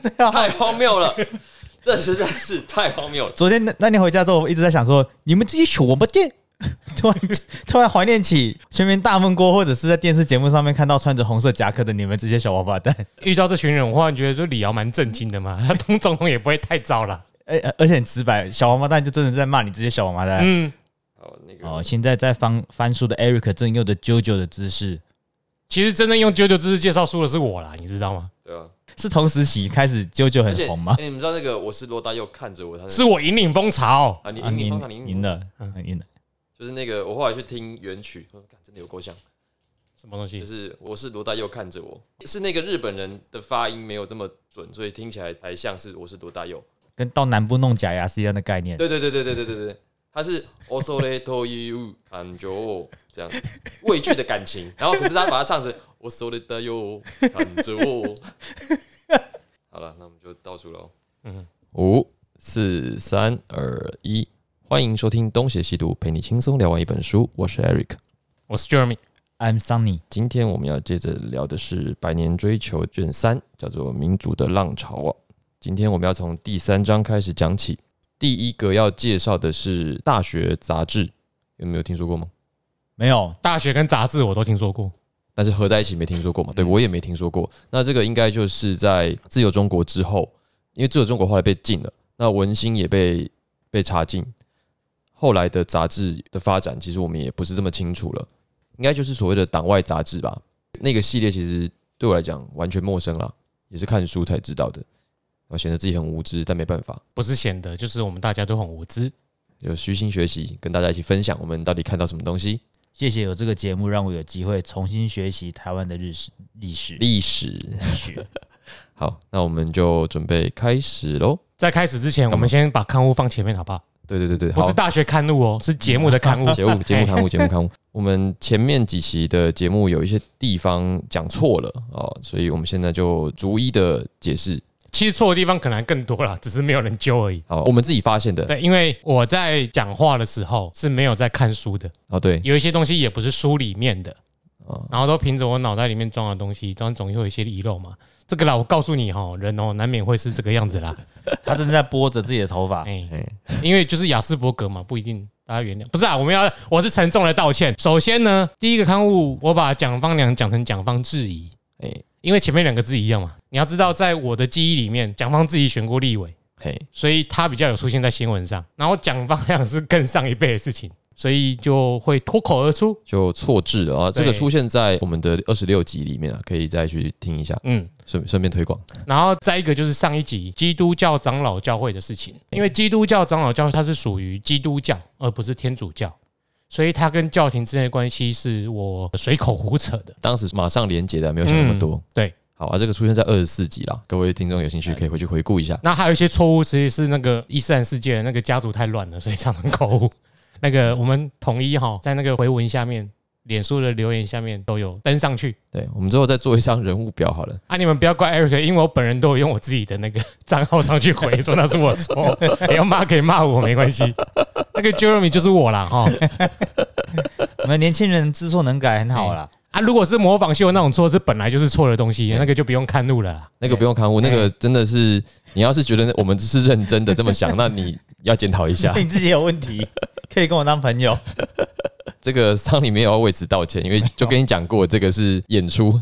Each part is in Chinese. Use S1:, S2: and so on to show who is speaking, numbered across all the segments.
S1: 这样。
S2: 太荒谬了，这实在是太 荒谬了。
S1: 昨天那那天回家之后，我一直在想说，你们这些什么店？ 突然突然怀念起全民大闷锅，或者是在电视节目上面看到穿着红色夹克的你们这些小王八蛋。
S3: 遇到这群人，我忽然觉得就李敖蛮震惊 的嘛，他当总统也不会太糟了。
S1: 哎、呃而且很直白，小王八蛋就真的在骂你这些小王八
S2: 哎
S1: 蛋。
S3: 嗯，
S2: 哦，那
S1: 哦，
S2: 个
S1: 现在在翻翻书的 Eric 正用着 JoJo 的姿势，
S3: 其实真正用九九知识介绍书的是我啦，你知道吗？
S2: 对啊，
S1: 是同时期开始 JoJo
S2: 而
S1: 很
S2: 且
S1: 红吗
S2: 哎？你们知道那个我是罗大佑看着我，他
S3: 是我引领风潮，
S2: 啊，你
S1: 啊，
S2: 赢你
S1: 赢
S2: 通常你
S1: 赢，了，嗯赢了。
S2: 就是那个我后来去听原曲，我说干真的有够像，
S3: 什么
S2: 就
S3: 东西？
S2: 是我是罗大佑看着我，是那个日本人的发音没有这么准，所以听起来还像是我是罗大佑。
S1: 跟到南部弄假牙是一样的概念。
S2: 对对对对对对对对，他是 o s o l e to you and yo 这样畏惧的感情，然后可是他把它唱成 o s o l e to you and yo。好了，那我们就倒数喽。嗯
S3: 嗯，
S2: 五、四、三、二、一，欢迎收听《东邪西毒》，陪你轻松聊完一本书。我是 Eric，
S3: 我是 Jeremy，
S1: I'm Sunny，
S2: 今天我们要接着聊的是《百年追求》卷三，叫做《民主的浪潮》啊。今天我们要从第三章开始讲起。第一个要介绍的是《大学》杂志，有没有听说过吗？
S1: 没有
S3: 大学跟杂志我都听说过。
S2: 但是合在一起没听说过嘛？对我也没听说过。那这个应该就是在自由中国之后，因为自由中国后来被禁了，那文心也被被查禁。后来的杂志的发展，其实我们也不是这么清楚了，应该就是所谓的党外杂志吧。那个系列其实对我来讲完全陌生啦，也是看书才知道的。我显得自己很无知，但没办法，
S3: 不是显得，就是我们大家都很无知。
S2: 就虚心学习，跟大家一起分享我们到底看到什么东西。
S1: 谢谢有这个节目，让我有机会重新学习台湾的日史历史。
S2: 历史，
S1: 史
S2: 好，那我们就准备开始喽。
S3: 在开始之前，
S2: 干嘛
S3: 我们先把刊物放前面好不好？
S2: 对对对对，
S3: 不
S2: 好
S3: 是。大学刊物哦，是节目的 刊物。
S2: 节 目节目刊物节目刊物，我们前面几期的节目有一些地方讲错了哦，所以我们现在就逐一的解释。
S3: 其实错的地方可能还更多啦，只是没有人揪而已。
S2: 好，哦我们自己发现的。
S3: 对，因为我在讲话的时候是没有在看书的，
S2: 哦，对
S3: 有一些东西也不是书里面的，
S2: 哦，
S3: 然后都凭着我脑袋里面装的东西，当然总会有一些遗漏嘛。这个啦，我告诉你哈、人哦难免会是这个样子啦。
S1: 他正在拨着自己的头发，
S3: 哎、
S2: 哎
S3: 因为就是雅斯伯格嘛，不一定大家原谅。不是啊，我们要我是沉重的道歉。首先呢，第一个刊物我把蒋方良讲成蒋方质疑，
S2: 哎
S3: 因为前面两个字一样嘛。你要知道，在我的记忆里面，蒋方质疑选过立委，
S2: 嘿，
S3: 所以他比较有出现在新闻上。然后蒋方良是更上一辈的事情，所以就会脱口而出。
S2: 就错字了啊。
S3: 对
S2: 这个出现在我们的二十六集里面啊，可以再去听一下，
S3: 嗯，
S2: 顺顺便推广。
S3: 然后再一个就是上一集基督教长老教会的事情，因为基督教长老教会它是属于基督教，而不是天主教，所以它跟教廷之间的关系是我随口胡扯的。
S2: 当时马上连接的，没有想那么多。
S3: 嗯对，
S2: 好啊，这个出现在二十四集啦，各位听众有兴趣可以回去回顾一下。
S3: 那还有一些错误，其实是那个伊斯兰世界的那个家族太乱了，所以常常口误。 那个我们统一哈，在那个回文下面、脸书的留言下面都有登上去
S2: 对，我们之后再做一张人物表好了。
S3: 啊！你们不要怪 Eric，因为我本人都有用我自己的那个账号上去回，说那是我错， 你要骂可以骂我没关系。那个 Jeremy 就是我啦哈。
S1: 我们年轻人知错能改，很好啦。
S3: 啊，如果是模仿秀那种错，是本来就是错的东西，那个就不用看路了啦。
S2: 那个不用刊物，那个真的是，你要是觉得我们是认真的这么 想，那你要检讨一下。
S1: 你自己有问 题，可以跟我当朋友。
S2: 这个丧礼没有要为此道歉，因为就跟你讲过，这个是演出，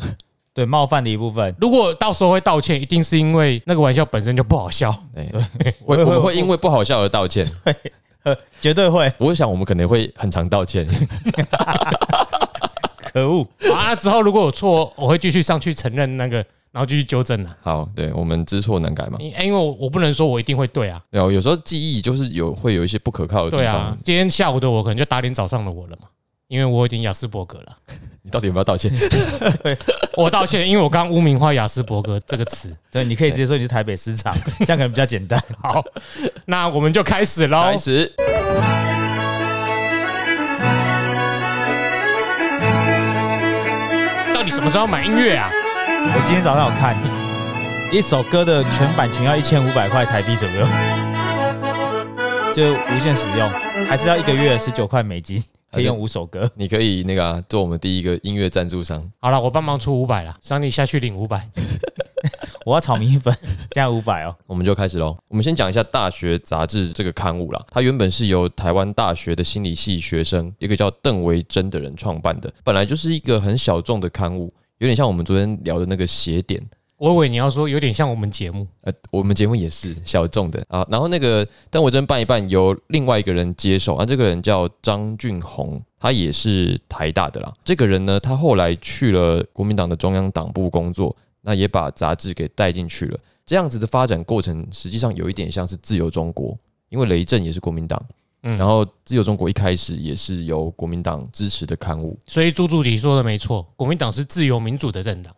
S1: 对，冒犯的一部分。
S3: 如果到时候会道歉，一定是因为那个玩笑本身就不 好笑。
S2: 对，会我们会因为不好笑而道歉。
S1: 绝对会，
S2: 我想我们可能会很常道 歉，
S1: 可恶！
S3: 啊，之后如果有错，我会继续上去承认那个，然后继续纠正的。
S2: 好，对我们知错能改嘛。
S3: 因因为我我不能说我一定会对啊，
S2: 对啊，有时候记忆就是有会有一些不可靠的
S3: 对
S2: 地
S3: 啊
S2: 方，，
S3: 今天下午的我可能就打脸早上的我了嘛，因为我已经雅斯伯格了。
S2: 你到底有没有道歉？
S3: 我道歉，因为我刚污名化雅斯伯格这个 词。
S1: 对，你可以直接说你是台北市 场，这样可能比较简单。
S3: 好，那我们就开始喽
S2: 开。始，
S3: 到底什么时候要买音乐啊？
S1: 我今天早上有看一首歌的全版权要一千五百块台币左右，就无限使用，还是要一个月十九块美金，可以用五首歌。
S2: 你可以那个啊、做我们第一个音乐赞助商，
S3: 好了，我帮忙出五百了，桑尼下去领五百。
S1: 我要炒米粉， 这样五百哦，
S2: 我们就开始喽。我们先讲一下《大学》杂志这个刊物啦，它原本是由台湾大学的心理系学生，一个叫邓维珍的人创办的，本来就是一个很小众的刊物，有点像我们昨天聊的那个鞋点。
S3: 我以为你要说有点像我们节目，
S2: 呃，我们节目也是小众的啊。然后那个邓维珍办一办，由另外一个人接手啊，这个人叫张俊宏，他也是台大的啦。这个人呢，他后来去了国民党的中央党部工作，那也把杂志给带进去了。这样子的发展过程，实际上有一点像是自由中国，因为雷震也是国民党，
S3: 嗯
S2: 然后自由中国一开始也是由国民党支持的刊物，
S3: 所以朱主席说的没错，国民党是自由民主的政党。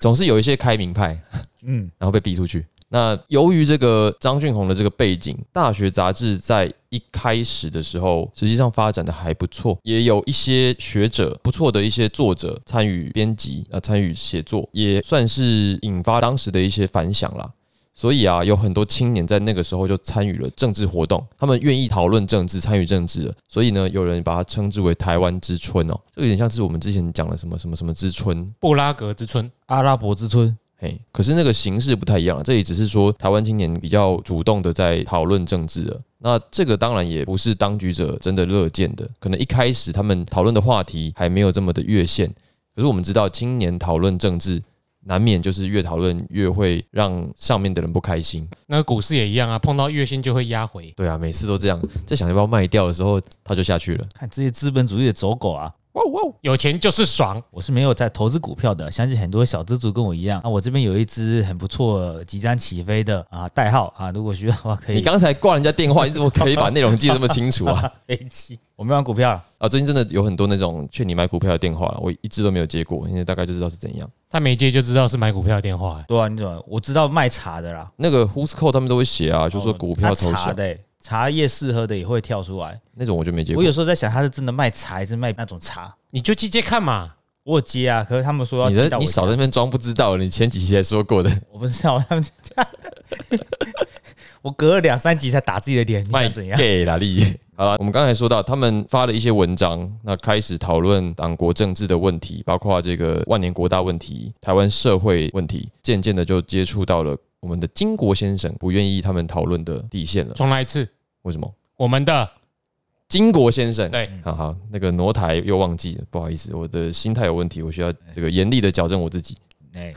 S2: 总是有一些开明派，
S1: 嗯，
S2: 然后被逼出去。那由于这个张俊宏的这个背景，大学杂志在一开始的时候，实际上发展的还不错，也有一些学者不错的一些作者参与编辑啊，参与写作，也算是引发当时的一些反响啦。所以啊，有很多青年在那个时候就参与了政治活动，他们愿意讨论政治、参与政治了。所以呢，有人把它称之为“台湾之春”哦，这个有点像是我们之前讲的什么什么什么之春，
S3: 布拉格之春，
S1: 阿拉伯之春，
S2: 嘿，可是那个形式不太一样，啊这里只是说台湾青年比较主动的在讨论政治了。那这个当然也不是当局者真的乐见的，可能一开始他们讨论的话题还没有这么的越线。可是我们知道，青年讨论政治，难免就是越讨论越会让上面的人不开心。
S3: 那股市也一样啊，碰到月薪就会压回。
S2: 对啊，每次都这样，在想要不要卖掉的时候，他就下去了。
S1: 看这些资本主义的走狗啊！
S3: 有钱就是爽，
S1: 我是没有在投资股票的，相信很多小资族跟我一样啊。我这边有一只很不错、即将起飞的啊，代号啊，如果需要的话可
S2: 你
S1: 以
S2: 刚才挂人家电话，你怎么可以把内容记得这么清楚啊？
S1: 飞机。我没玩股票，
S2: 啊，最近真的有很多那种劝你买股票的电话了，我一直都没有接过，现在大概就知道是怎样。
S3: 他没接就知道是买股票的电话、欸
S1: 对啊，你怎么？我知道卖茶的啦，
S2: 那个 Who's Call 他们都会写啊，就说股票投
S1: 那茶
S2: 降
S1: 哦的欸、茶叶适合的也会跳出来。
S2: 那种，我就没接
S1: 我
S2: 过。
S1: 有时候在想，他是真的卖茶还是卖那种茶？
S3: 你就接接看嘛。
S1: 我有接啊，可是他们说要
S2: 你
S1: 寄
S2: 在
S1: 到我
S2: 你
S1: 家
S2: 少在那边装不知道，你前几期才说 过的，
S1: 我不知道他们家。我隔了两三集才打自己的脸，你
S2: 卖
S1: 想怎样？
S2: gay 啦 力。好了，我们刚才说到，他们发了一些文章，那开始讨论党国政治的问题，包括这个万年国大问题、台湾社会问题，渐渐的就接触到了我们的金国先生不愿意他们讨论的底线
S1: 嗯
S2: 了。
S3: 重来一次，
S2: 为什么？
S3: 我们的
S2: 金国先生，
S3: 对，
S2: 好好，那个挪台又忘记了，不好意思，我的心态有问题，我需要这个严厉的矫正我自己。
S1: 哎，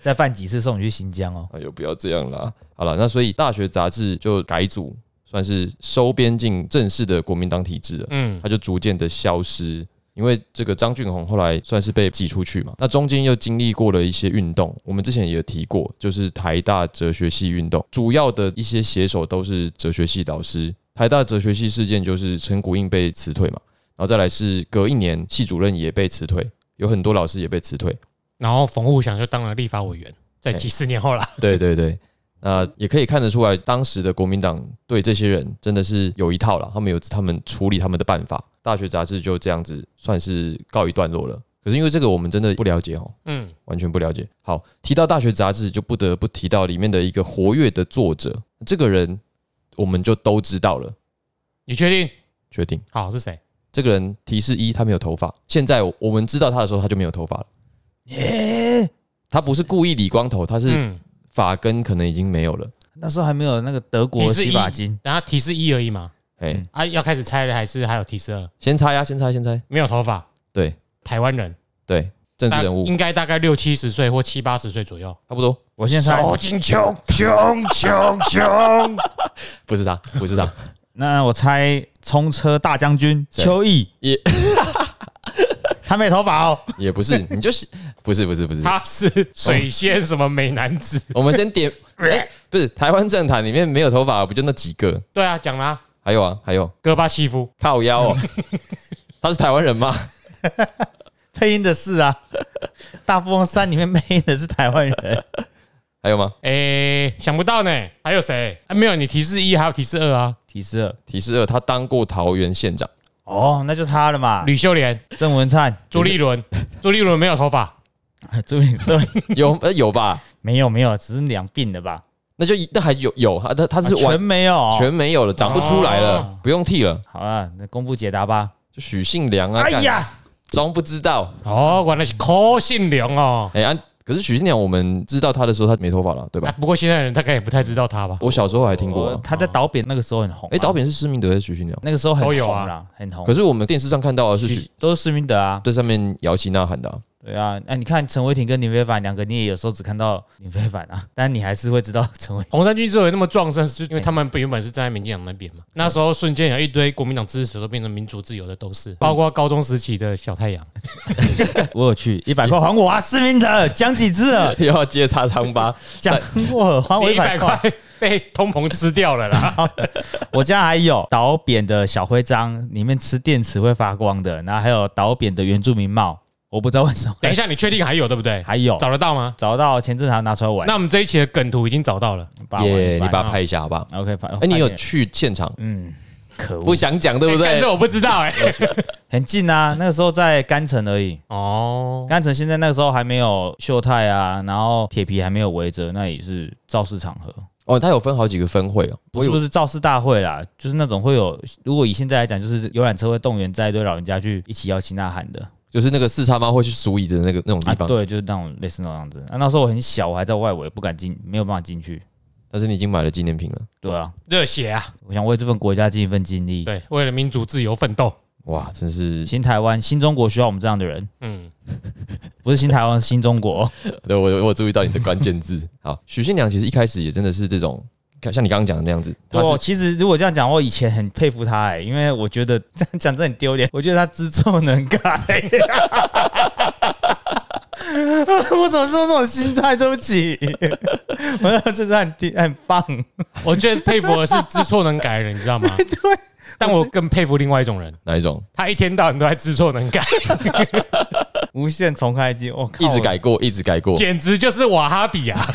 S1: 再犯几次送你去新疆哦。
S2: 哎呦，不要这样啦！好了，那所以大学杂志就改组，算是收编进正式的国民党体制了，
S3: 嗯，
S2: 它就逐渐的消失。因为这个张俊宏后来算是被挤出去嘛，那中间又经历过了一些运动，我们之前也提过，就是台大哲学系运动，主要的一些写手都是哲学系导师。台大哲学系事件就是陈谷应被辞退嘛，然后再来是隔一年系主任也被辞退，有很多老师也被辞退。
S3: 然后冯沪祥就当了立法委员，在
S2: 哎
S3: 几十年后啦。
S2: 对对对，那也可以看得出来，当时的国民党对这些人真的是有一套了，他们有他们处理他们的办法。大学杂志就这样子算是告一段落了。可是因为这个我们真的不了解哦，
S3: 嗯，
S2: 完全不了解。好，提到大学杂志，就不得不提到里面的一个活跃的作者，这个人我们就都知道了。
S3: 你确定？
S2: 决定
S3: 好是谁？
S2: 这个人提示一，他没有头发。现在我们知道他的时候，他就没有头发了。哎
S1: 耶，
S2: 他不是故意理光头，他是
S3: 嗯，
S2: 发根可能已经没有了。
S1: 那时候还没有那个德国洗发精，
S3: 然后提示一而已嘛。
S2: 哎、
S1: 嗯
S3: 啊，要开始猜了还是还有提示二？
S2: 先猜呀、先猜，先猜。
S3: 没有头发，
S2: 对，
S3: 台湾人，
S2: 对，政治
S3: 大
S2: 人物
S3: 应该大概六七十岁或七八十岁左右。
S2: 差不多，
S1: 我现在
S3: 手金穷穷穷穷，
S2: 不是他，不是他，
S1: 那我猜冲车大将军
S2: 谁
S1: 邱毅
S2: 也
S1: 他没头发哦，
S2: 也不是，你就是不是不是不是。
S3: 他是水仙什么美男子？
S2: 我们先 点，哎，不是台湾政坛里面没有头发，不就那几个？
S3: 对啊，讲啦、
S2: 还有啊，还有
S3: 戈巴契夫，
S2: 靠腰哦， 他是台湾人吗？
S1: 配音的是啊， 《大富翁三》里面配音的是台湾 人，
S2: 还有吗？
S3: 诶、想不到呢，还有谁、啊？没有，你提示一，还有提示二啊，
S1: 提示了
S2: 提示二，他当过桃园县长，
S1: 哦，那就他了嘛，
S3: 吕秀莲、
S1: 郑文 灿，
S3: 朱立伦，朱立伦没有头发，
S1: 朱立 对，
S2: 有呃有吧？
S1: 没有没有，只是两鬓的吧，
S2: 那就那还有有他他他
S1: 啊
S2: 是完
S1: 全没有哦，
S2: 全没有了，长不出来了
S3: 哦，
S2: 不用剃了，
S1: 好啊，那公布解答吧。
S2: 就许信良啊，
S1: 哎
S2: 干
S1: 呀，
S2: 装不知道，
S3: 哦，原来是柯信良哦，
S2: 哎啊，可是许新娘，我们知道她的时候，她没头发了，对
S3: 啊
S2: 吧？
S3: 不过现在人大概也不太知道他吧？
S2: 我小时候还听过、
S1: 我
S2: 啊。
S1: 他在导扁那个时候很红、啊，
S2: 哎，导扁是施明德还是许新娘？
S1: 那个时候很
S3: 都有
S1: 红
S3: 啊
S1: 啦，很红。
S2: 可是我们电视上看到的是许
S1: 许都是施明德啊，
S2: 在上面摇旗呐 喊的啊、
S1: 对啊，那、你看陈伟霆跟林非凡两个，你也有时候只看到林非凡啊，但你还是会知道 陈伟。
S3: 红衫军之所以那么壮盛，是因为他们原本是站在民进党那边嘛。那时候瞬间有一堆国民党支持者都变成民主自由的斗士，包括高中时期的小太阳。
S1: 我有去一百块还我啊，施明德讲几次了？
S2: 又要接擦伤 疤，
S1: 讲过还我
S3: 我
S1: 一
S3: 一百
S1: 百
S3: 块
S1: 块，
S3: 被通膨吃掉了啦。
S1: 我家还有导扁的小徽章，里面吃电池会发光的，然后还有导扁的原住民帽，我不知道为什么
S3: 等一下，你确定还有对不对？
S1: 还有
S3: 找得到吗？
S1: 找到前阵子还拿出来玩，
S3: 那我们这一期的梗图已经找到了，
S1: 把我
S2: 耶、你
S1: 玩
S2: 把它
S1: 啊
S2: 拍一下好不好？
S1: OK 把
S2: 哎、你有去现场？
S1: 嗯，可恶
S2: 不，想讲对不
S3: 欸干
S2: 对？
S3: 这我不知道哎。
S1: 很近啊，那个时候在甘城而已。
S3: 哦，
S1: 甘城现在那个时候还没有秀泰啊，然后铁皮还没有围着，那也是造势场合，
S2: 哦，他有分好几个分会哦。
S1: 不
S2: 我以
S1: 是
S2: 为
S1: 不是造势大会啦，就是那种会有，如果以现在来讲，就是游览车会动员在一堆老人家去一起摇旗呐喊的
S2: 就是那个四叉妈会去数椅子的那个那种地
S1: 啊，
S2: 方。
S1: 对，就是那种类似那种样子。啊，那时候我很小，我还在外围，不敢进，没有办法进去。
S2: 但是你已经买了纪念品了，
S1: 对啊，
S3: 热血啊！
S1: 我想为这份国家尽一份尽力。
S3: 对，为了民主自由奋斗。
S2: 哇，真是
S1: 新台湾、新中国需要我们这样的人，
S3: 嗯，
S1: 不是新台湾，是新中国。
S2: 对我我有注意到你的关键字。 好，许新娘其实一开始也真的是这种，看像你刚刚讲的那样子，她
S1: 我
S2: 是
S1: 哦其实如果这样讲，我以前很佩服他哎、因为我觉得 这样讲真的很丢脸。我觉得他知错能改。 我怎么说这种心态？对不起， 我要就是很低很棒。
S3: 我最佩服的是知错能改的人，你知道吗？对。但我更佩服另外一种人，
S2: 哪一种？
S3: 他一天到晚都在知错能改，
S1: 无限重开机，我、靠，
S2: 一直改过，一直改过。
S3: 简直就是瓦哈比啊！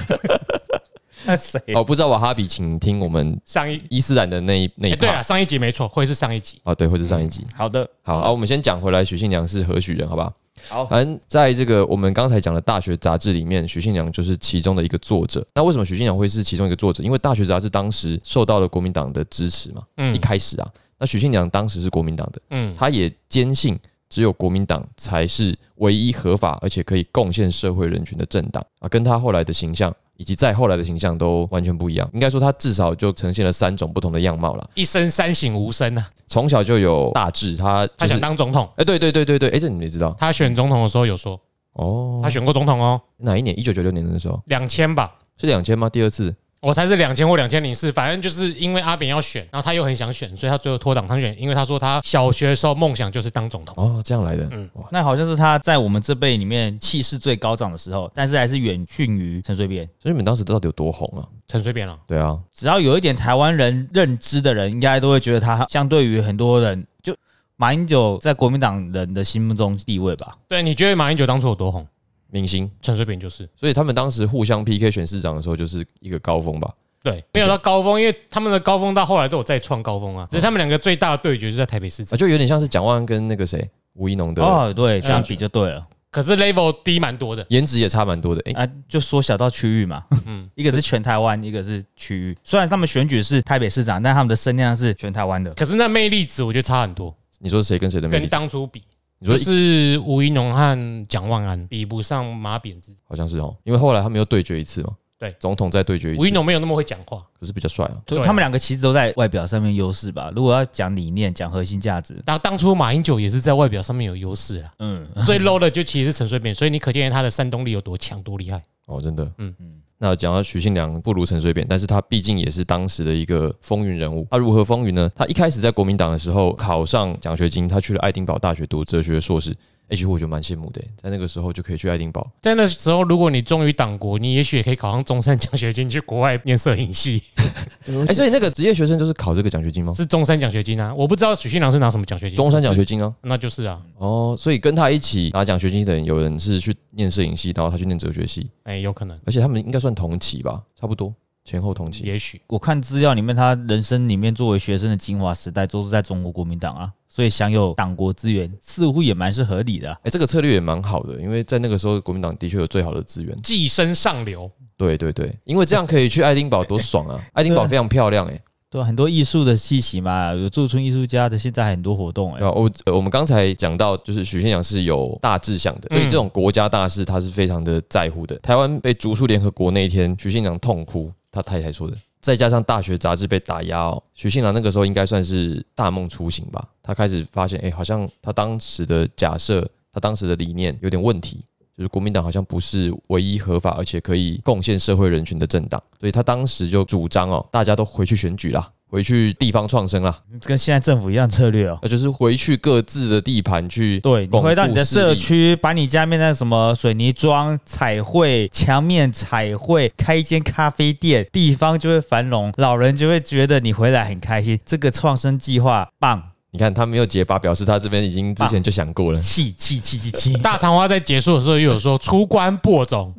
S1: 那谁？
S2: 哦，不知道瓦哈比，请听我们
S3: 上一
S2: 伊斯兰的那一那一
S3: 哎，对
S1: 啊
S3: 了，
S2: 趴。
S3: 上一集没错，会是上一集。
S2: 哦，对，或是上一集。
S1: 好的，
S2: 好，啊，我们先讲回来，许信良是何许人，好不好？
S1: 好
S2: 反正在这个我们刚才讲的大学杂志里面，许信良就是其中的一个作者。那为什么许信良会是其中一个作者？因为大学杂志当时受到了国民党的支持嘛，一
S3: 嗯
S2: 开始啊，那许信良当时是国民党的，
S3: 嗯，
S2: 他也坚信只有国民党才是唯一合法而且可以贡献社会人群的政党啊，跟他后来的形象以及再后来的形象都完全不一样。应该说，他至少就呈现了三种不同的样貌啦。
S3: 一生三省吾身啊，
S2: 从小就有大志，他就
S3: 他
S2: 是
S3: 想当总统。
S2: 哎，对对对对对，哎，这你们也知道
S3: 他选总统的时候有说，
S2: 哦
S3: 他。选过总统哦，
S2: 哪一年？一九九六年的时候
S3: 两千吧，
S2: 是两千吗？第二次
S3: 我才是两千或两千零四，反正就是因为阿扁要选，然后他又很想选，所以他最后脱党参选，因为他说他小学的时候梦想就是当总统。
S2: 哦，这样来的。
S3: 嗯
S1: 那好像是他在我们这辈里面气势最高涨的时候，但是还是远逊于陈水扁。
S2: 所以你们当时到底有多红啊？
S3: 陈水扁了、
S2: 对啊，
S1: 只要有一点台湾人认知的人，应该都会觉得他相对于很多人，就马英九在国民党人的心目中地位吧。
S3: 对，你觉得马英九当初有多红？
S2: 明星。
S3: 陈水扁就是
S2: 所以他们当时互相 PK 选市长的时候，就是一个高峰吧。
S3: 对，没有到高峰，因为他们的高峰到后来都有再创高峰啊，
S2: 嗯
S3: 只是他们两个最大的对决就在台北市
S2: 啊，
S3: 长，
S2: 就有点像是蒋万安跟那个谁吴一农的
S1: 哦，对，这样比就对了。
S3: 可是 level 低蛮多的。
S2: 颜值也差蛮多的。哎、
S1: 啊，就缩小到区域嘛，嗯， 一个是全台湾，一个是区域。虽然他们选举是台北市长，但他们的声量是全台湾的。
S3: 可是那魅力值我觉得差很多，
S2: 你说谁跟谁的魅
S3: 跟
S2: 力？
S3: 当初比，
S2: 你说
S3: 就
S2: 一
S3: 是吴怡农和蒋万安比不上马扁之间。
S2: 好像是哦，因为后来他们又对决一次嘛。
S3: 对
S2: 总统再对决一
S3: 吴怡
S2: 次，
S3: 农没有那么会讲话，
S2: 可是比较帅啊。
S1: 就
S3: 对啊
S1: 他们两个其实都在外表上面优势吧。如果要讲理念、讲核心价值，
S3: 当当初马英九也是在外表上面有优势啦，
S1: 嗯，
S3: 最 low 的就其实是陈水扁，所以你可见他的煽动力有多强多厉害。
S2: 哦，真的，嗯
S3: 嗯
S2: 嗯。那讲到许信良不如陈水扁，但是他毕竟也是当时的一个风云人物。他如何风云呢？他一开始在国民党的时候考上奖学金，他去了爱丁堡大学读哲学硕士。哎、其实我觉得蛮羡慕的，在那个时候就可以去爱丁堡。
S3: 在那时候，如果你忠于党国，你也许也可以考上中山奖学金去国外念摄影系，
S2: 哎、所以那个职业学生就是考这个奖学金吗？
S3: 嗯是中山奖学金啊。我不知道许信良是拿什么奖学金，
S2: 中山奖学金啊。
S3: 那就是啊，
S2: 哦，所以跟他一起拿奖学金的人，有人是去念摄影系，然后他去念哲学系，
S3: 哎、有可能，
S2: 而且他们应该算同期吧，差不多前后同期。
S3: 也许
S1: 我看资料里面，他人生里面作为学生的精华时代都是在中国国民党啊，所以享有党国资源，似乎也蛮是合理的啊、
S2: 哎、这个策略也蛮好的，因为在那个时候国民党的确有最好的资源。
S3: 寄生上流。
S2: 对对对，因为这样可以去爱丁堡，多爽啊！爱丁堡非常漂亮哎、
S1: 对啊，很多艺术的气息嘛，有驻村艺术家的现在还很多活动哎、
S2: 然后呃我们刚才讲到，就是许县长是有大志向的，所以
S3: 嗯，
S2: 这种国家大事他是非常的在乎的。台湾被逐出联合国那一天，许县长痛哭，他太太说的。再加上大学杂志被打压哦，许信长那个时候应该算是大梦初醒吧。他开始发现，哎、好像他当时的假设，他当时的理念有点问题，就是国民党好像不是唯一合法而且可以贡献社会人群的政党，所以他当时就主张哦，大家都回去选举啦，回去地方创生啦，
S1: 跟现在政府一样策略哦、
S2: 那呃就是回去各自的地盘去
S1: 对，你
S2: 巩固
S1: 回到你的
S2: 势力
S1: 社，区，把你家面那什么水泥桩彩绘、墙面彩绘，开一间咖啡店，地方就会繁荣，老人就会觉得你回来很开心。这个创生计划棒，
S2: 你看他没有结巴，表示他这边已经之前就想过了。
S1: 气气气气气
S3: 大长花在结束的时候又有说出关播种，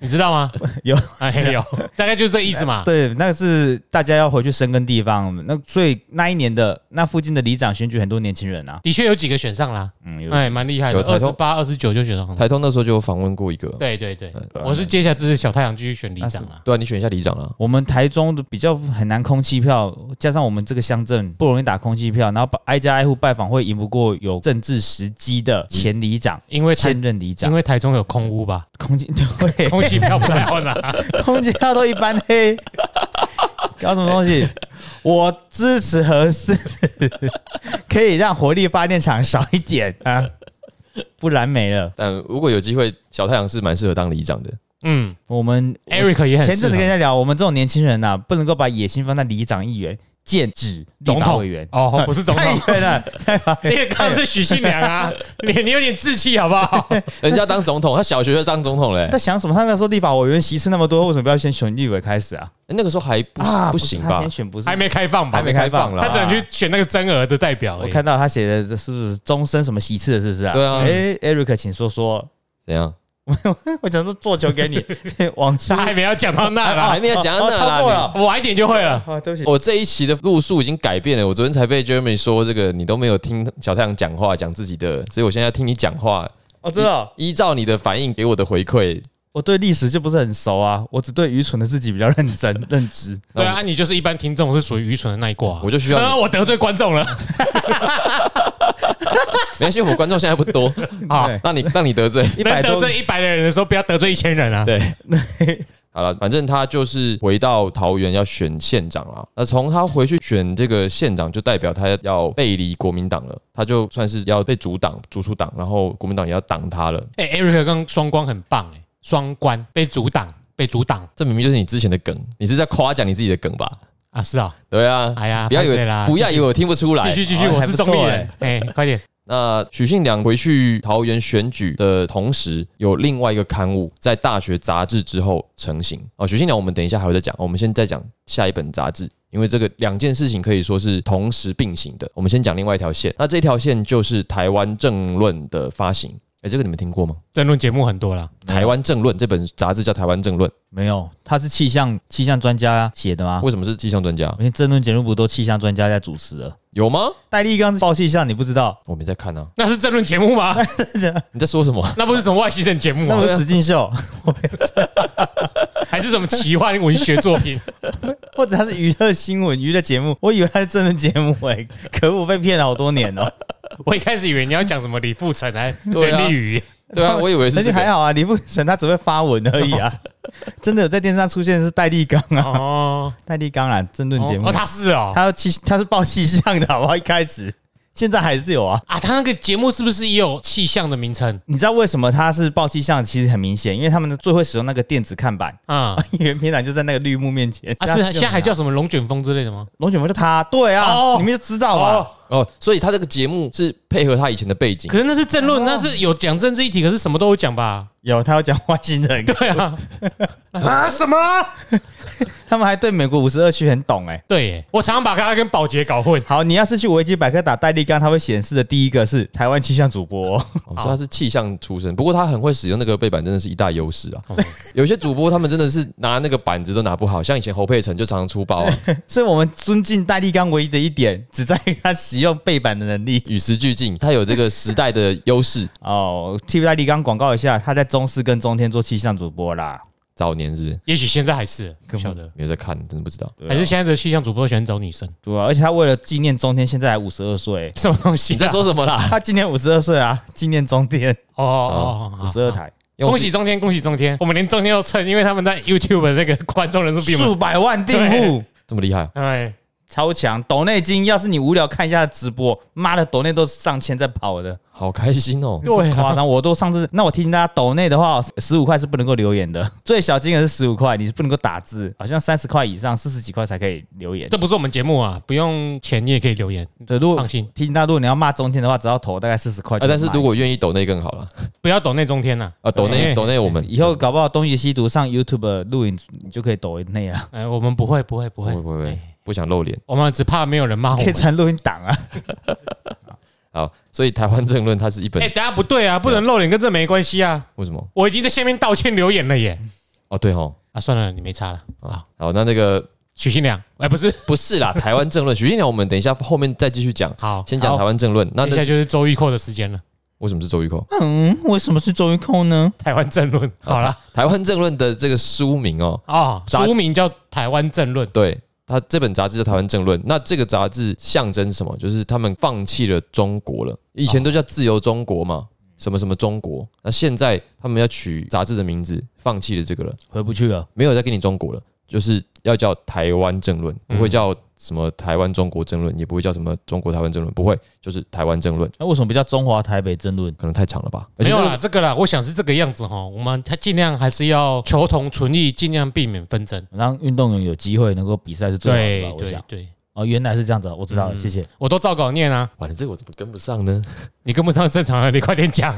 S3: 你知道 吗？
S1: 有
S3: 哎有，
S2: 啊
S3: 大概就是这意思嘛。
S1: 对，那个是大家要回去深耕地方。那所以那一年的那附近的里长选举，很多年轻人啊，
S3: 的确有几个选上啦，
S1: 嗯，有
S3: 哎，蛮厉害
S2: 有
S3: 的，二
S2: 台
S3: 十
S2: 中
S3: 八、二十九就选上了。
S2: 台通那时候就有访问过一个，
S3: 对对对，
S1: 对
S3: 我是接下来支持小太阳继续选里长啦。
S2: 对啊，你选一下里长啦。
S1: 我们台中的比较很难空气票，加上我们这个乡镇不容易打空气票，然后把挨家挨户拜访会赢不过有政治时机的前里长、
S3: 因为台
S1: 现任里
S3: 嗯因
S1: 长，
S3: 为台中有空屋吧，
S1: 空气 对
S3: 空气票不啊太好拿。
S1: 空气票都一般黑， 搞什么东西？我支持合适， 可以让火力发电厂少一点啊，不然没了。
S2: 但如果有机会，小太阳是蛮适合当里长的。
S3: 嗯
S1: 我们
S3: ，Eric 也
S1: 前
S3: 很
S1: 阵
S3: 适
S1: 子
S3: 合
S1: 跟人家聊，我们这种年轻人呐、啊，不能够把野心放在里长、议员、建指、立
S3: 总
S1: 法
S3: 统
S1: 委员。
S3: 哦，不是总
S1: 太
S3: 统。
S1: 远了，
S3: 那 个刚是许信 良啊，你你有点志气好不好？
S2: 人家当总统，他小学就当总统嘞、
S1: 在想什么？他那时候立法委员席次那么多，为什么不要先选立委开始啊？
S2: 哎那个时候还不、不行
S1: 是他
S2: 吧
S1: 先？啊选不是
S3: 还没开放吧？哦
S1: 还没开放
S2: 还没开放啦
S3: 他只能去选那个增额的代表而
S1: 我
S3: 已。
S1: 看到他写的这是不是终身什么席次的，是不是啊？
S2: 对啊
S1: 哎，Eric，请说说。
S2: 怎样？
S1: 我想说做球给你，往
S3: 他
S1: 上哦
S3: 还没要讲到 那啦，
S2: 啊还没有讲到那
S1: 啊超
S2: 啦
S1: 过
S2: 你
S1: 了。
S3: 晚一点就会了。
S1: 啊，对不起，
S2: 我这一期的路数已经改变了，我昨天才被 Jeremy 说这个，你都没有听小太阳讲话，讲自己的，所以我现在要听你讲话，
S1: 我知道，
S2: 依照你的反应给我的回馈。
S1: 我对历史就不是很熟啊，我只对愚蠢的自己比较认真认知。
S3: 对啊，你就是一般听众是属于愚蠢的 那一挂啊。
S2: 我就需要你
S3: 啊我得罪观众了。
S2: 没关系，我们观众现在 不多，
S3: 好，
S1: 对，
S2: 让你让你得罪。
S1: 一
S3: 能
S1: 百
S3: 得
S1: 多
S3: 罪一百的人的时候，不要得罪一千人啊。
S2: 对，好了，反正他就是回到桃园要选县长啦。那从他回去选这个县长，就代表他要背离国民党了，他就算是要被阻挡、逐出党，然后国民党也要挡他了。
S3: 哎，Eric 跟双光很棒哎，双关被阻挡，被阻挡
S2: 这明明就是你之前的梗，你是在夸奖你自己的梗吧？
S3: 啊，是啊，
S2: 对啊，
S3: 哎呀
S2: 不要以
S3: 拍谁
S2: 为
S3: 啦
S2: 不要以为我听不出
S3: 继
S2: 来。啊
S3: 续继续，
S1: 哦
S3: 我
S1: 还
S3: 是
S1: 不
S3: 中立
S1: 错
S3: 人，哎，快点，
S2: 那许信良回去桃园选举的同时，有另外一个刊物在大学杂志之后成型哦。许信良，我们等一下还会再讲，我们先再讲下一本杂志，因为这个两件事情可以说是同时并行的。我们先讲另外一条线，那这条线就是台湾政论的发行。哎，这个你们听过吗？
S3: 争论节目很多啦。
S2: 台湾政论这本杂志叫《台湾政论》，
S1: 没有，他是气象气象专家写的吗？
S2: 为什么是气象专家
S1: 我？们政论节目不都气象专家在主持了？
S2: 有吗？
S1: 戴立刚是报气象，你不知道？
S2: 我没在看啊，
S3: 那是争论节目吗？
S2: 你在说 什么？
S3: 那不是什么外星人节目
S1: 那
S3: 啊
S1: 我，是史进秀，
S3: 还是什么奇幻文学作品？
S1: 或者他是娱乐新闻、娱乐节目，我以为他是真人节目哎、 可恶，被骗了好多年 哦、
S3: 我一开始以为你要讲什么李富成还
S2: 对啊
S3: 邓丽宇，
S2: 对啊，我以为是、
S1: 人
S2: 这
S1: 家
S2: 个。
S1: 还好啊，李富成他只会发文而已 啊，真的有在电视上出现的是戴立刚啊，
S3: 哦，
S1: 戴立刚啊，争论节目，
S3: 哦，他是哦，
S1: 他要气他是报气象的好不好？一开始现在还是有啊，
S3: 啊，他那个节目是不是也有气象的名称？
S1: 你知道为什么他是报气象？其实很明显，因为他们最会使用那个电子看板。
S3: 啊、嗯、
S1: 因为平常就在那个绿幕面前，
S3: 啊，是现在还叫什么龙卷风之类的吗？
S1: 龙卷风就他，对啊，
S3: 哦
S1: 你们就知道啊嘛。，
S2: 哦，所以他这个节目是配合他以前的背景
S3: 可。是那是政论，那是有讲政治议题，可是什么都有讲吧？
S1: 有他要讲外星人，
S3: 对啊，啊什么？
S1: 他们还对美国五十二区很懂哎、
S3: 对耶，我常常把他跟保洁搞混。
S1: 好，你要是去维基百科打戴立刚，它会显示的第一个是台湾气象主播、
S2: 哦，所以他是气象出身，不过他很会使用那个背板，真的是一大优势啊。
S3: 哦
S2: 有些主播他们真的是拿那个板子都拿不好，像以前侯佩岑就常常出包 啊，
S1: 所以我们尊敬戴立刚唯一的一点，只在于他使用背板的能力。
S2: 与时俱进，他有这个时代的优势。
S1: 哦，替戴立刚广告一下，他在中视跟中天做气象主播啦。
S2: 早年是不是？
S3: 也许现在还是不
S1: 根本
S3: 晓得，
S2: 没有在看，真的不知道。
S1: 对啊
S3: 还是现在的气象主播都喜欢找女生，
S1: 对啊，而且他为了纪念中天，现在还五十二岁，
S3: 什么东西啊？
S2: 你在说什么啦？
S1: 他今年五十二岁啊，纪念中天
S3: 哦哦哦
S1: 五
S3: 哦
S1: 十二
S3: 哦
S1: 台
S2: 用
S3: 恭喜中天，恭喜中天！我们连中天都蹭，因为他们在 YouTube 的那个观众人数比我
S1: 数
S3: 们
S1: 百万订户，
S2: 这么厉害啊？
S3: 哎，
S1: 超强。抖内金，要是你无聊看一下直播，妈的抖内都是上千在跑的，
S2: 好开心 哦！
S3: 对啊
S1: 是夸张。我都上次，那我提醒大家，抖内的话，十五块是不能够留言的， 最小金额是十五块，你是不能够打字，好像三十块以上，四十几块才可以留言。
S3: 这不是我们节目啊，不用钱你也可以留言，
S1: 对，如果
S3: 放心
S1: 提醒大家，如果你要骂中天的话，只要投大概四十块
S2: 啊，
S1: 就能骂
S2: 但
S1: 一次。
S2: 是如果愿意抖内更好了
S3: 不要抖内中天呐、
S2: 啊，抖内
S3: 哎
S2: 抖内我们
S1: 以后搞不好东邪西毒上 YouTube 录影，你就可以抖内啊，
S3: 哎，我们不会，不会，
S2: 不
S3: 不会哎
S2: 会，不会不会不想露脸。
S3: 我们只怕没有人骂我
S1: 可以
S3: 们。
S1: 传录音档啊。
S2: 好，所以台湾政论它是一本
S3: 哎，等下不对啊，不能露脸，跟这没关系啊！
S2: 为什么？
S3: 我已经在下面道歉留言了耶。
S2: 哦，对哦，
S3: 啊，算了，你没差了。
S2: 啊，好，那那个
S3: 许新良，哎，不是，
S2: 不是啦，台湾政论，许信良，我们等一下后面再继续讲。
S3: 好，
S2: 先讲
S1: 好
S2: 台湾政论，那
S3: 那
S2: 那
S3: 现在就是周玉蔻的时间了。
S2: 为什么是周玉蔻？
S1: 嗯，为什么是周玉蔻呢？
S3: 台湾政论， 好了，
S2: 台湾政论的这个书名哦，
S3: 哦，
S2: 杂
S3: 书名叫《台湾政论》，
S2: 对，它这本杂志叫《台湾政论》。那这个杂志象征什么？就是他们放弃了中国了，以前都叫自由中国嘛，什么什么中国。那现在他们要取杂志的名字，放弃了这个了，
S1: 回不去了。
S2: 没有再跟你中国了，就是要叫台湾政论，
S3: 嗯
S2: 不会叫什么台湾中国政论，也不会叫什么中国台湾政论，不会，就是台湾政论。
S1: 那啊为什么不叫中华台北争论？
S2: 可能太长了吧？而
S3: 没
S2: 且
S3: 有
S2: 那个
S3: 啦，这个啦，我想是这个样子哈。我们他尽量还是要求同存异，尽量避免纷争。
S1: 让运动员有机会能够比赛是最好
S3: 对
S1: 的吧？我
S3: 对嗯
S1: 想。
S3: 对，
S1: 哦，原来是这样子啊，我知道了，谢谢。
S3: 我都照稿念啊，
S2: 完了，这个我怎么跟不上呢？
S3: 你跟不上正常的，啊你快点 讲。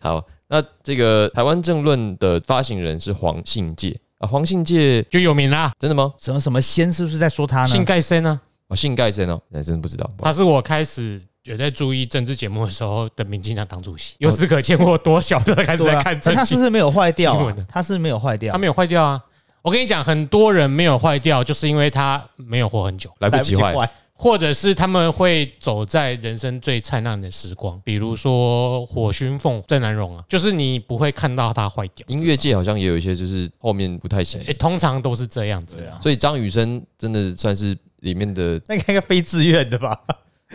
S2: 好，那这个台湾政论的发行人是黄信介啊，黄信介
S3: 就有名啦，
S2: 真的吗？
S1: 什么什么仙是不是在说他
S3: 信
S1: 呢？
S3: 盖森啊，
S2: 哦，信盖森哦，哎，真的不知道。不好
S3: 他是我开始有在注意政治节目的时候的民进党党主席。由此可见，我多小都开始
S1: 对
S3: 在
S1: 啊
S3: 看，
S1: 可
S3: 政
S1: 他是
S3: 治，
S1: 不是没有坏掉
S3: 新
S1: 啊
S3: 闻的？
S1: 他是没有坏掉
S3: 他，没有坏掉啊。我跟你讲，很多人没有坏掉，就是因为他没有活很久，
S2: 来不及坏，
S3: 或者是他们会走在人生最灿烂的时光，比如说火熏凤郑南榕啊，就是你不会看到他坏掉。
S2: 音乐界好像也有一些就是后面不太行
S3: 诶，，通常都是这样子
S1: 对啊
S3: 的。
S2: 所以张雨生真的算是里面的，
S1: 那个应该非自愿的吧？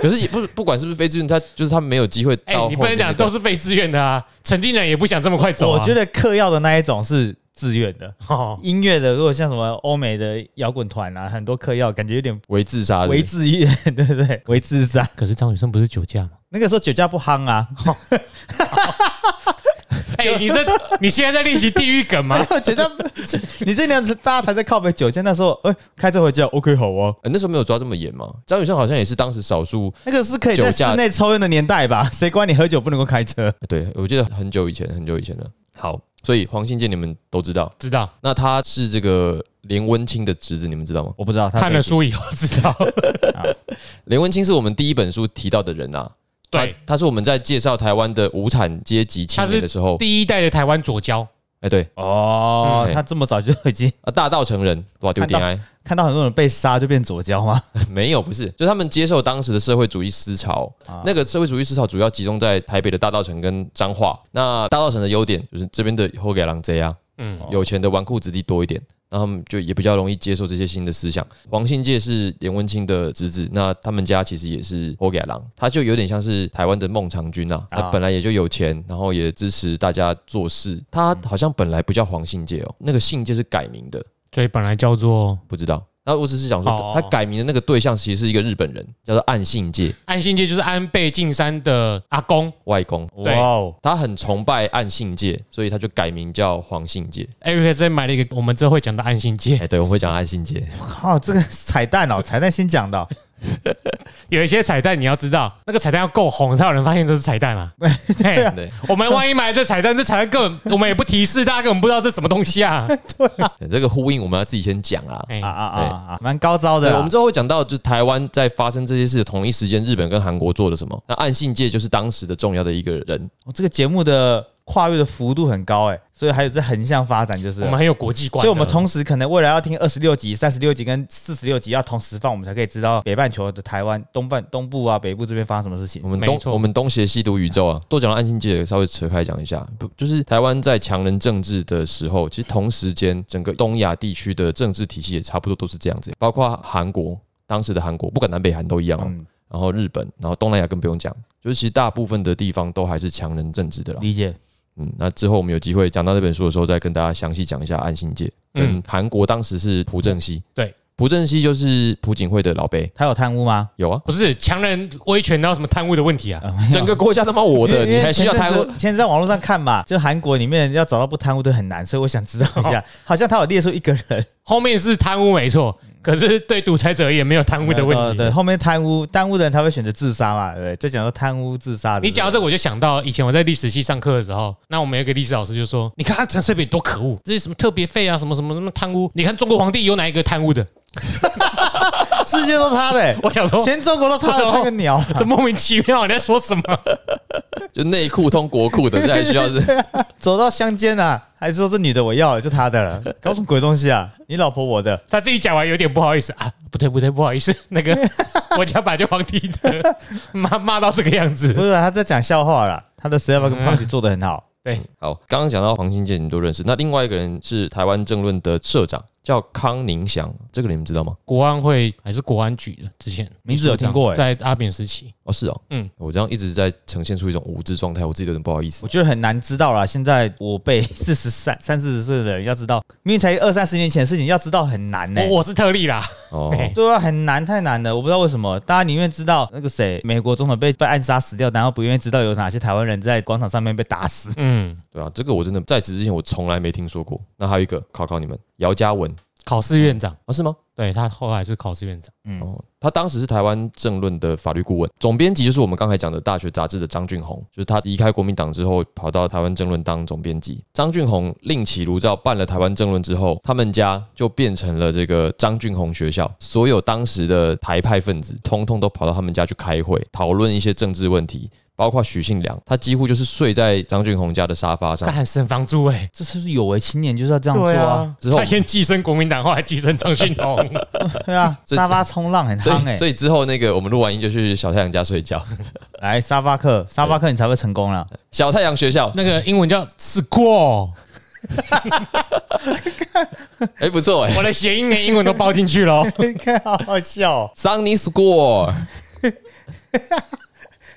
S2: 可是也不不管是不是非自愿，他就是他没有机会
S3: 哎、
S2: 到后面那个。
S3: 你不能讲都是非自愿的啊，曾经人也不想这么快走、啊。
S1: 我 觉得嗑药的那一种是自愿的，
S3: 哦，
S1: 音乐的如果像什么欧美的摇滚团啊，很多嗑药感觉有点
S2: 为自杀的
S1: 为自愿，对不对？为自杀。
S3: 可是张雨生不是酒驾吗？
S1: 那个时候酒驾不夯啊，
S3: 哎、你这你现在在练习地狱梗 吗？
S1: 酒驾，你这样子大家才在靠北酒驾。那时候，哎、开车回家，OK 好啊。
S2: 呃那时候没有抓这么严嘛。张雨生好像也是当时少数，
S1: 那个是可以在室内抽烟的年代吧？谁管你喝酒不能够开车？
S2: 呃对我记得很久以前，很久以前了。好，所以黄信介你们都知道，
S3: 知道，
S2: 那他是这个连温清的侄子，你们知道吗？
S1: 我不知道，他
S3: 看了书以后知 道。
S2: 连温清是我们第一本书提到的人啊，
S3: 对
S2: 他，他是我们在介绍台湾的无产阶级青年的时候，
S3: 第一代的台湾左交，
S2: 哎，对
S1: 哦，
S2: 嗯
S1: 他这么早就已经
S2: 啊，大道成人哇，丢
S1: 看到
S2: DI
S1: 看到很多人被杀就变左交吗？
S2: 没有，不是，就他们接受当时的社会主义思潮。
S1: 啊
S2: 那个社会主义思潮主要集中在台北的大道城跟彰化。那大道城的优点就是这边的后给狼贼啊，
S3: 嗯，
S2: 有钱的纨绔子弟多一点，那他们就也比较容易接受这些新的思想。黄信介是连文清的侄子，那他们家其实也是后给狼，他就有点像是台湾的孟尝君啊，他
S1: 啊
S2: 本来也就有钱，然后也支持大家做事。他好像本来不叫黄信介哦，那个信介是改名的，
S3: 所以本来叫做
S2: 不知道。那我只是想说
S3: 哦，
S2: 他改名的那个对象其实是一个日本人，叫做岸信介
S3: 安信街，就是安倍晋三的阿公。
S2: 外公。
S1: 哇哦，
S2: 他很崇拜岸信介，所以他就改名叫黄信介。
S3: Eric 这边买了一个我们这会讲的安信
S2: 哎、
S3: 街，
S2: 对，我会讲岸信介。
S1: 靠，这个彩蛋 哦，彩蛋先讲到，
S3: 有一些彩蛋你要知道，那个彩蛋要够红才有人发现这是彩蛋 啊。嘿
S2: 对，
S3: 我们万一买了这彩蛋，这彩蛋根本我们也不提示，大家根本不知道这什么东 西啊。
S2: 对哎这个呼应我们要自己先讲啊。
S3: 哎
S1: 啊啊啊啊，蛮高招的
S2: 对，
S1: 啦。
S2: 我们之后会讲到，就是台湾在发生这些事的同一时间，日本跟韩国做了什么。那岸信介就是当时的重要的一个人，
S1: 哦这个节目的跨越的幅度很高哎，所以还有这横向发展就是
S3: 我们
S1: 了。
S3: 很有国际观
S1: 所以，
S3: 的，
S1: 我们同时可能未来要听二十六集、三十六集跟四十六集要同时放，我们才可以知道北半球的台湾东半东部啊、北部这边发生什么事情
S2: 我。们
S3: 没
S2: 东
S3: 错
S2: 我们东邪西毒宇宙
S1: 哎
S2: 啊，多讲到安心记也稍微扯开讲一下，不就是台湾在强人政治的时候，其实同时间整个东亚地区的政治体系也差不多都是这样子，包括韩国当时的韩国，不管南北韩都一样、哦，
S1: 嗯，
S2: 然后日本，然后东南亚更不用讲，就是其实大部分的地方都还是强人政治的啦。
S1: 理解。
S2: 嗯，那之后我们有机会讲到这本书的时候，再跟大家详细讲一下安心界跟
S3: 嗯
S2: 韩国当时是朴正熙，
S3: 对，
S2: 朴正熙就是朴槿惠的老辈，
S1: 他有贪污吗？
S2: 有啊，
S3: 不是强人威权，哪有什么贪污的问题啊？
S2: 整个国家他妈我的，
S1: 哦因为
S2: 你还需要贪？
S1: 因为前
S2: 污
S1: 阵？子前阵子在网络上看嘛，就韩国里面要找到不贪污的很难，所以我想知道一 下，好像他有列出一个人
S3: 后面是贪污没错，可是对独裁者也没有贪污的问
S1: 嗯呃对，
S3: 题。
S1: 后面贪污贪污的人才会选择自杀嘛，对不对？这讲到贪污自杀的，
S3: 你讲到这，我就想到以前我在历史系上课的时候，那我们有一个历史老师就说：“你看陈水扁多可恶，这些什么特别费啊，什么什么什么贪污，你看中国皇帝有哪一个贪 污的，
S1: 世界都他的、欸？”
S3: 我想说，
S1: 全中国都他的，他个鸟、 啊！
S3: 这莫名其妙你在说什么？
S2: 就内裤通国裤的，这还需要是？
S1: 走到乡间啊，还是说这女的我要了，就她的 了，搞什么鬼东西啊？你老婆我的，
S3: 他自己讲完有点不好意思啊，不对不对，不好意思， 那个我家本来就皇帝的， 骂骂到这个样
S1: 不
S3: 子，
S1: 是、啊，她在讲笑话啦。她的 s e v e 跟 punch 做的很好，
S3: 对，
S2: 好，刚刚讲到黄兴建，你们都认识。那另外一个人是台湾政论的社长，叫康宁祥，这个你们知道吗？
S3: 国安会还是国安局的，之前
S1: 名字有听过欸
S3: 在阿扁时期，
S2: 哦，是哦，
S3: 嗯，
S2: 我这样一直在呈现出一种无知状态，我自己都有点不好意思
S1: 我。觉得很难知道啦。现在我辈四十三、三四十岁的人要知道，明明才二三十年前的事情，要知道很难欸呢、
S3: 我我是特例啦，
S2: 哦，
S3: 嘿
S1: 对啊，很难，太难了。我不知道为什么大家宁愿知道那个谁，美国总统被被暗杀死掉，然后不愿意知道有哪些台湾人在广场上面被打死。
S3: 嗯，
S2: 对啊，这个我真的在此之前我从来没听说过。那还有一个，考考你们，姚嘉文
S3: 考试院长，
S2: 啊，是吗？
S3: 对他后来是考试院长，
S1: 嗯，
S2: 哦，他当时是台湾政论的法律顾问，总编辑就是我们刚才讲的大学杂志的张俊宏，就是他离开国民党之后，跑到台湾政论当总编辑。张俊宏另起炉灶，办了台湾政论之后，他们家就变成了这个张俊宏学校，所有当时的台派分子，通通都跑到他们家去开会，讨论一些政治问题。包括许信良，他几乎就是睡在张俊宏家的沙发上。
S3: 干省房租 哎，
S1: 这是不是有为青年就是要这样做啊。
S2: 之后
S3: 他先寄生国民党，后来寄生张训 宏，
S1: 对啊，
S2: 所以
S1: 沙发冲浪很
S2: 所
S1: 夯哎、
S2: 以，所以之后那个我们录完音就去小太阳家睡觉，
S1: 来沙发课，沙发课你才会成功啦。
S2: 小太阳学校，
S3: 那个英文叫 school，
S2: 哎、不错哎、
S3: 我的谐音连英文都包进 去了哦，
S1: 你看，好好笑、哦。
S2: Sunny School，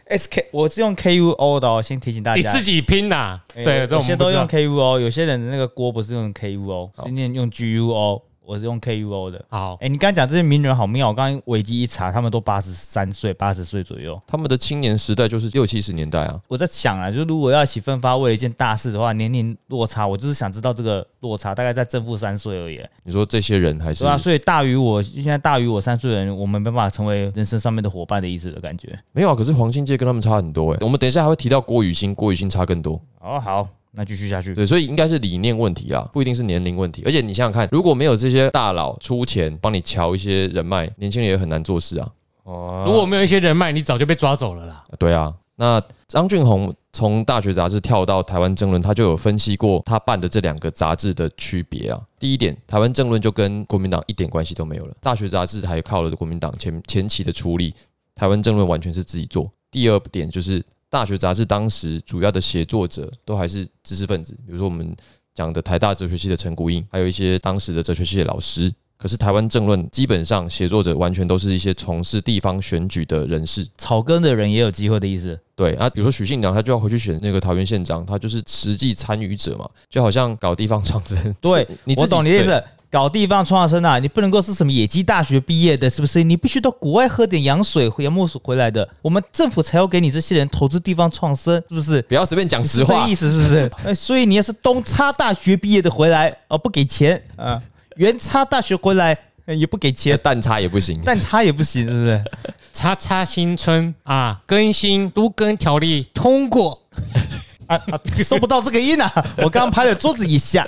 S1: S K 我是用 K U O 的哦，先提醒大
S3: 你
S1: 家。
S3: 自己拼呐，
S1: 哎
S3: 对，这
S1: 有
S3: 我
S1: 些
S3: 们
S1: 都用
S3: 不知道
S1: K U O，有些人的那个锅不是用 K U O，
S2: 好
S1: 是念用 G U O，我是用 K U O 的。
S3: 好
S1: 哎、你刚才讲这些名人好妙，我刚刚维基一查，他们都八十三岁、八十岁左右。
S2: 他们的青年时代就是六七十年代啊。
S1: 我在想啊，就如果要一起奋发为了一件大事的话，年龄落差，我就是想知道这个落差大概在正负三岁而已，
S2: 你说这些人还是
S1: 对啊，所以大于我现在大于我三岁的人，我们没办法成为人生上面的伙伴的意思的感觉。
S2: 没有啊？可是黄信介跟他们差很多哎、我们等一下还会提到郭雨欣，郭雨欣差更多。
S1: 哦，好，那继续下去。
S2: 对，所以应该是理念问题啦，不一定是年龄问题。而且你想想看，如果没有这些大佬出钱帮你瞧一些人脉，年轻人也很难做事啊。
S1: 哦
S3: 如果没有一些人脉，你早就被抓走了啦。
S2: 对啊，那张俊宏从大学杂志跳到台湾政论，他就有分析过他办的这两个杂志的区别啊。第一点，台湾政论就跟国民党一点关系都没有了，大学杂志还靠了国民党前前期的出力，台湾政论完全是自己做。第二点就是大学杂志当时主要的写作者都还是知识分子，比如说我们讲的台大哲学系的陈谷英，还有一些当时的哲学系的老师。可是台湾政论基本上写作者完全都是一些从事地方选举的人士，
S1: 草根的人也有机会的意思。
S2: 对啊，比如说许信良，他就要回去选那个桃园县长，他就是实际参与者嘛，就好像搞地方长征。
S1: 对
S2: 是你自己
S1: 我懂你的意。
S2: 对
S1: 思。搞地方创生啊，你不能够是什么野鸡大学毕业的，是不是？你必须到国外喝点洋水、洋墨水回来的，我们政府才要给你这些人投资地方创生，是不是？
S2: 不要随便讲实
S1: 是
S2: 话
S1: 这意，思是不是？ 呃所以你要是东差大学毕业的回来，哦，不给钱啊；原差大学回来、呃也不给
S2: 切
S1: 钱，
S2: 蛋差也不行。
S1: 但差也不行，是不是？
S3: 叉叉新村啊，更新都更条例通过，
S1: 啊啊，收不到这个音啊！我刚刚拍了桌子一下。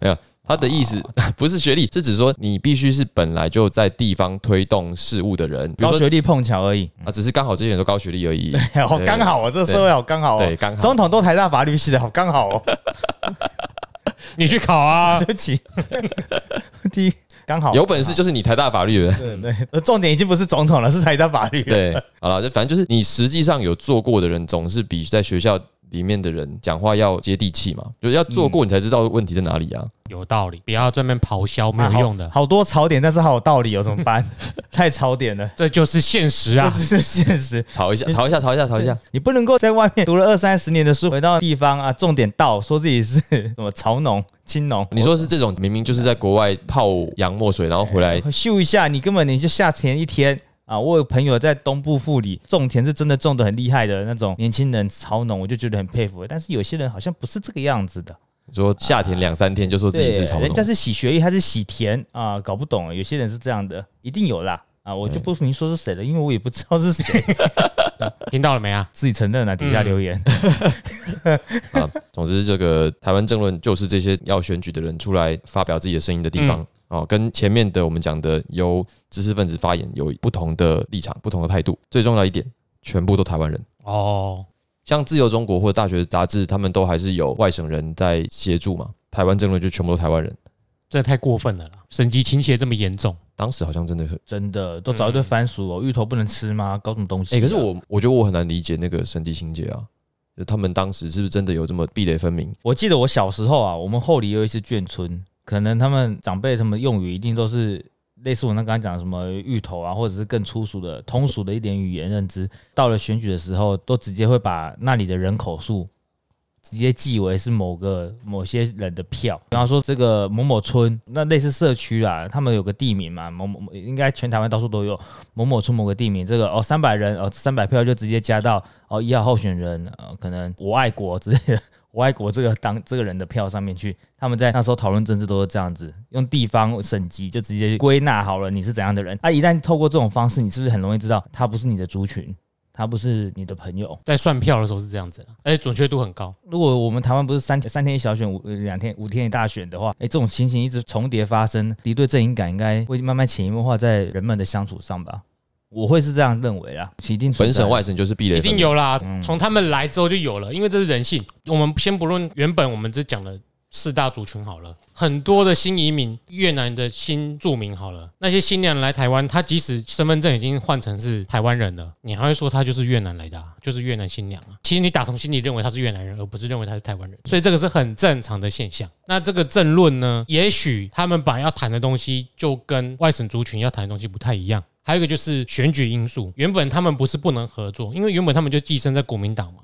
S2: 没有，他的意
S1: 哦
S2: 思 不是学历，是指说你必须是本来就在地方推动事务的人，比如
S1: 高
S2: 说
S1: 学历碰巧而已。
S2: 啊，只是刚好这些人都高学历而已。
S1: 好
S2: 对
S1: 刚好哦，这个社会好刚好
S2: 对，
S1: 哦，
S2: 刚好
S1: 总统都台大法律系的，好刚好哦，
S3: 你去考啊
S1: 对，不 起，第一刚好
S2: 有本事就是你台大法律 的。
S1: 对对，呃重点已经不是总统了，是台大法律。，啊
S2: 对，好了，就反正就是你实际上有做过的人，总是比在学校里面的人讲话要接地气嘛，就是要做
S1: 嗯
S2: 过你才知道问题在哪里啊。
S3: 有道理，不要专门咆哮没有用的，
S1: 好多槽点，但是好有道理哦，怎么 办？太槽点了，
S3: 这就是现实
S1: 这
S3: 啊。
S1: 只是现实。
S2: 吵一下，吵一下，吵一下，吵一下。
S1: 你不能够在外面读了二三十年的书，回到地方啊，重点到说自己是什么潮农、青农，
S2: 你说是这种明明就是在国外泡洋墨水，然后回来，
S1: 秀一下，你根本你就下前一天啊，我有朋友在东部富里种田，是真的种的很厉害的那种年轻人潮农，我就觉得很佩服。但是有些人好像不是这个样子的，
S2: 说夏天两三天就说自己是草
S1: 人
S2: 农
S1: 家，是洗学历，他是洗田啊，搞不懂，有些人是这样的，一定有啦。啊，我就不明说是谁了，因为我也不知道是谁，
S3: 听到了没啊？
S1: 自己承认了、底下留言。
S2: 嗯啊，总之，这个台湾政论就是这些要选举的人出来发表自己的声音的地方、哦，跟前面的我们讲的由知识分子发言有不同的立场、不同的态度。最重要一点，全部都台湾人。
S3: 哦，
S2: 像自由中国或者大学杂志，他们都还是有外省人在协助嘛。台湾政论就全部都台湾人。
S3: 这太过分了啦！省级倾斜这么严重，
S2: 当时好像真的是，
S1: 真的都找一堆番薯哦，芋头不能吃吗？搞什么东西、
S2: 嗯
S1: 啊
S2: 哎、可是我我觉得我很难理解那个神地情节啊，就他们当时是不是真的有这么壁垒分明？
S1: 我记得我小时候啊，我们后里有一次眷村，可能他们长辈他们用语一定都是类似我那刚刚讲的什么芋头啊，或者是更粗俗的通俗的一点语言认知。到了选举的时候，都直接会把那里的人口数直接记为是某个某些人的票。比方说这个某某村，那类似社区啊，他们有个地名嘛，某某某应该全台湾到处都有某某村某个地名。这个哦，三百人哦，三百票就直接加到哦一号候选人，呃，可能我爱国之类的。我爱国这个当这个人的票上面去，他们在那时候讨论政治都是这样子，用地方省级就直接归纳好了你是怎样的人。啊，一旦透过这种方式，你是不是很容易知道他不是你的族群，他不是你的朋友？
S3: 在算票的时候是这样子啦，而且准确度很高。
S1: 如果我们台湾不是三三天一小选，五呃两天五天一大选的话，诶，这种情形一直重叠发生，敌对阵营感应该会慢慢潜移默化在人们的相处上吧。我会是这样认为啊，一定存
S2: 本
S1: 在
S2: 省外省就是壁垒
S3: 一
S2: 分
S3: 定
S2: 明。
S3: 有啦，从他们来之后就有了，因为这是人性。我们先不论原本我们只讲了四大族群好了，很多的新移民，越南的新住民好了，那些新娘来台湾，他即使身份证已经换成是台湾人了，你还会说他就是越南来的、啊，就是越南新娘啊。其实你打从心里认为他是越南人，而不是认为他是台湾人，所以这个是很正常的现象。那这个政论呢，也许他们本来要谈的东西就跟外省族群要谈的东西不太一样。还有一个就是选举因素，原本他们不是不能合作，因为原本他们就寄生在国民党嘛。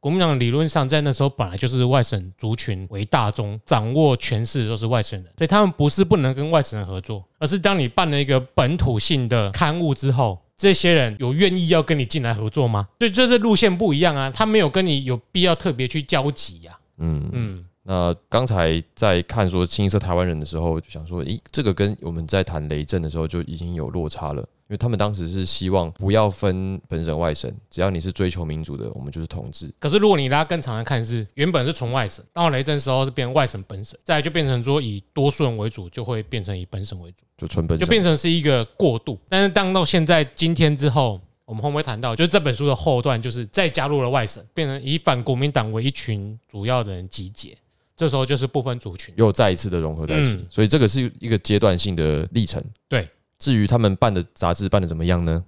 S3: 国民党理论上在那时候本来就是外省族群为大宗，掌握权势的都是外省人，所以他们不是不能跟外省人合作，而是当你办了一个本土性的刊物之后，这些人有愿意要跟你进来合作吗？所以这是路线不一样啊，他没有跟你有必要特别去交集呀、
S2: 嗯，
S3: 嗯，
S2: 那刚才在看说清一色台湾人的时候，就想说，诶，这个跟我们在谈雷震的时候就已经有落差了，因为他们当时是希望不要分本省外省，只要你是追求民主的，我们就是同志。
S3: 可是如果你拉更长来看是，原本是纯外省，到雷震时候是变外省本省，再来就变成说以多数人为主，就会变成以本省为主，
S2: 就纯本
S3: 就
S2: 省，
S3: 变成是一个过渡。但是当到现在今天之后，我们后面会谈到，就是这本书的后段，就是再加入了外省，变成以反国民党为一群主要的人集结，这时候就是不分族群。
S2: 又再一次的融合在一起。
S3: 嗯
S2: 所以这个是一个阶段性的历程。
S3: 对，
S2: 至于他们办的杂志办的怎么样呢？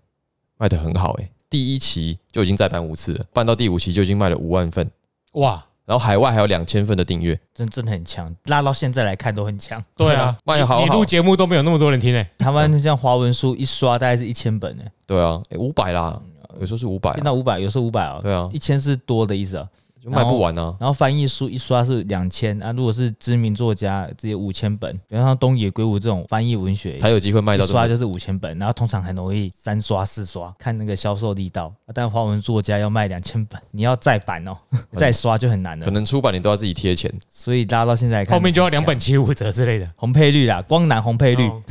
S2: 卖的很好诶、欸第一期就已经再版五次了，办到第五期就已经卖了五万份，
S3: 哇，
S2: 然后海外还有两千份的订阅。
S1: 真真的很强，拉到现在来看都很强。
S3: 对啊，
S2: 卖得好好哎
S3: 你录节目都没有那么多人听诶、
S1: 台湾像华文书一刷大概是一千本呢、
S2: 对啊，五百啦，有时候是五百、
S1: 变
S2: 啊，
S1: 嗯到五百，有时候五百哦，
S2: 对啊
S1: 一千是多的意思啊。
S2: 就卖不完啊。
S1: 然后翻译书一刷是两千啊，如果是知名作家，这些五千本，比方像东野圭吾这种翻译文学，
S2: 才有机会卖
S1: 一
S2: 到这么
S1: 刷就是五千本，然后通常很容易三刷四刷，看那个销售力道。啊但华文作家要卖两千本，你要再版哦， 再刷就很难
S2: 可
S1: 了。
S2: 能出版你都要自己贴钱，
S1: 所以拉到现在来看，
S3: 后面就要两本七五折之类的。
S1: 红配绿啦，光南红配绿，
S3: 哦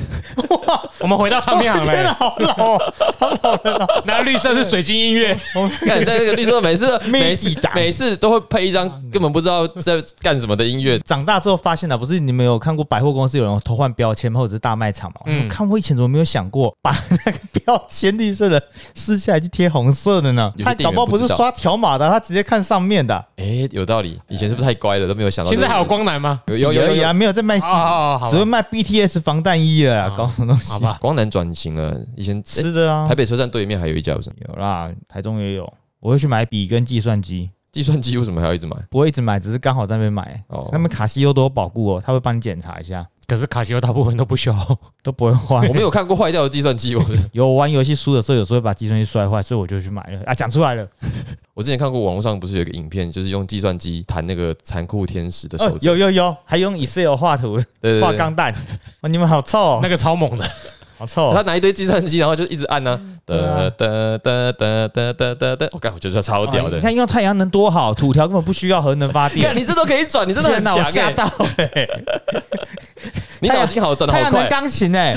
S1: 哇，
S3: 我们回到 唱片行
S1: 真的
S3: 了，
S1: 好老哦，
S3: 那绿色是水晶音乐，
S2: 看，但那个绿色 每次
S1: Midi
S2: 每次
S1: 档
S2: 每次都会配一张
S1: 嗯
S2: 根本不知道在干什么的音乐，
S1: 长大之后发现了，不是你们有看过百货公司有人偷换标签吗或者是大卖场嘛？
S3: 嗯
S1: 我看我以前怎么没有想过把那个标签绿色的撕下来去贴红色的呢
S2: 有？些
S1: 他
S2: 店
S1: 搞
S2: 员
S1: 不好不
S2: 不
S1: 是
S2: 知道
S1: 刷条码的，他直接看上面的。
S2: 诶，有道理。以前是不是太乖了，都没有想到这
S3: 现
S2: 个事。哎
S3: 在还有光南吗？
S2: 有有有有
S1: 啊，没有在卖
S3: 哦，哦好
S1: 只会
S3: 吧，
S1: 卖 BTS 防弹衣了啦，
S3: 啊
S1: 搞什么东西？
S3: 好吧，
S2: 光南转型了，以前诶
S1: 吃的啊
S2: 台，北车站对面还有一家，不是
S1: 有啦，台中也有。我会去买笔跟计算机，
S2: 计算机为什么还要一直 买？
S1: 不会一直买，只是刚好在那边买。
S2: 哦
S1: 他们卡西欧都有保固哦，他会帮你检查一下，
S3: 可是卡西欧大部分都不修，
S2: 哦
S1: 都不会坏
S2: 我。没有看过坏掉的计算机，我
S1: 有我玩游戏输的时候，有时候会把计算机摔坏，所以我就去买了啊。讲出来了，
S2: 我之前看过网络上不是有一个影片，就是用计算机弹那个残酷天使的
S1: 哦
S2: 手，指，
S1: 有有有，还用 Excel 画图、
S2: 对对
S1: 画
S2: 对
S1: 钢弹，哦，你们好臭哦，
S3: 那个超猛的，
S1: 好臭
S2: 他
S1: 哦。
S2: 拿一堆计算机，然后就一直按呢，哒哒哒哒哒哒哒哒，我感我觉得超屌
S1: 啊
S2: 的
S1: 你。看用太阳能多好，土条根本不需要核能发电
S2: 看。 你这都可以转，你真的
S1: 天
S2: 很
S1: 哪我
S2: 强
S1: 吓
S2: 哎！
S1: 到哎！
S2: 你脑筋好转的
S1: 太
S2: 好
S1: 阳能
S2: 快。
S1: 钢琴哎，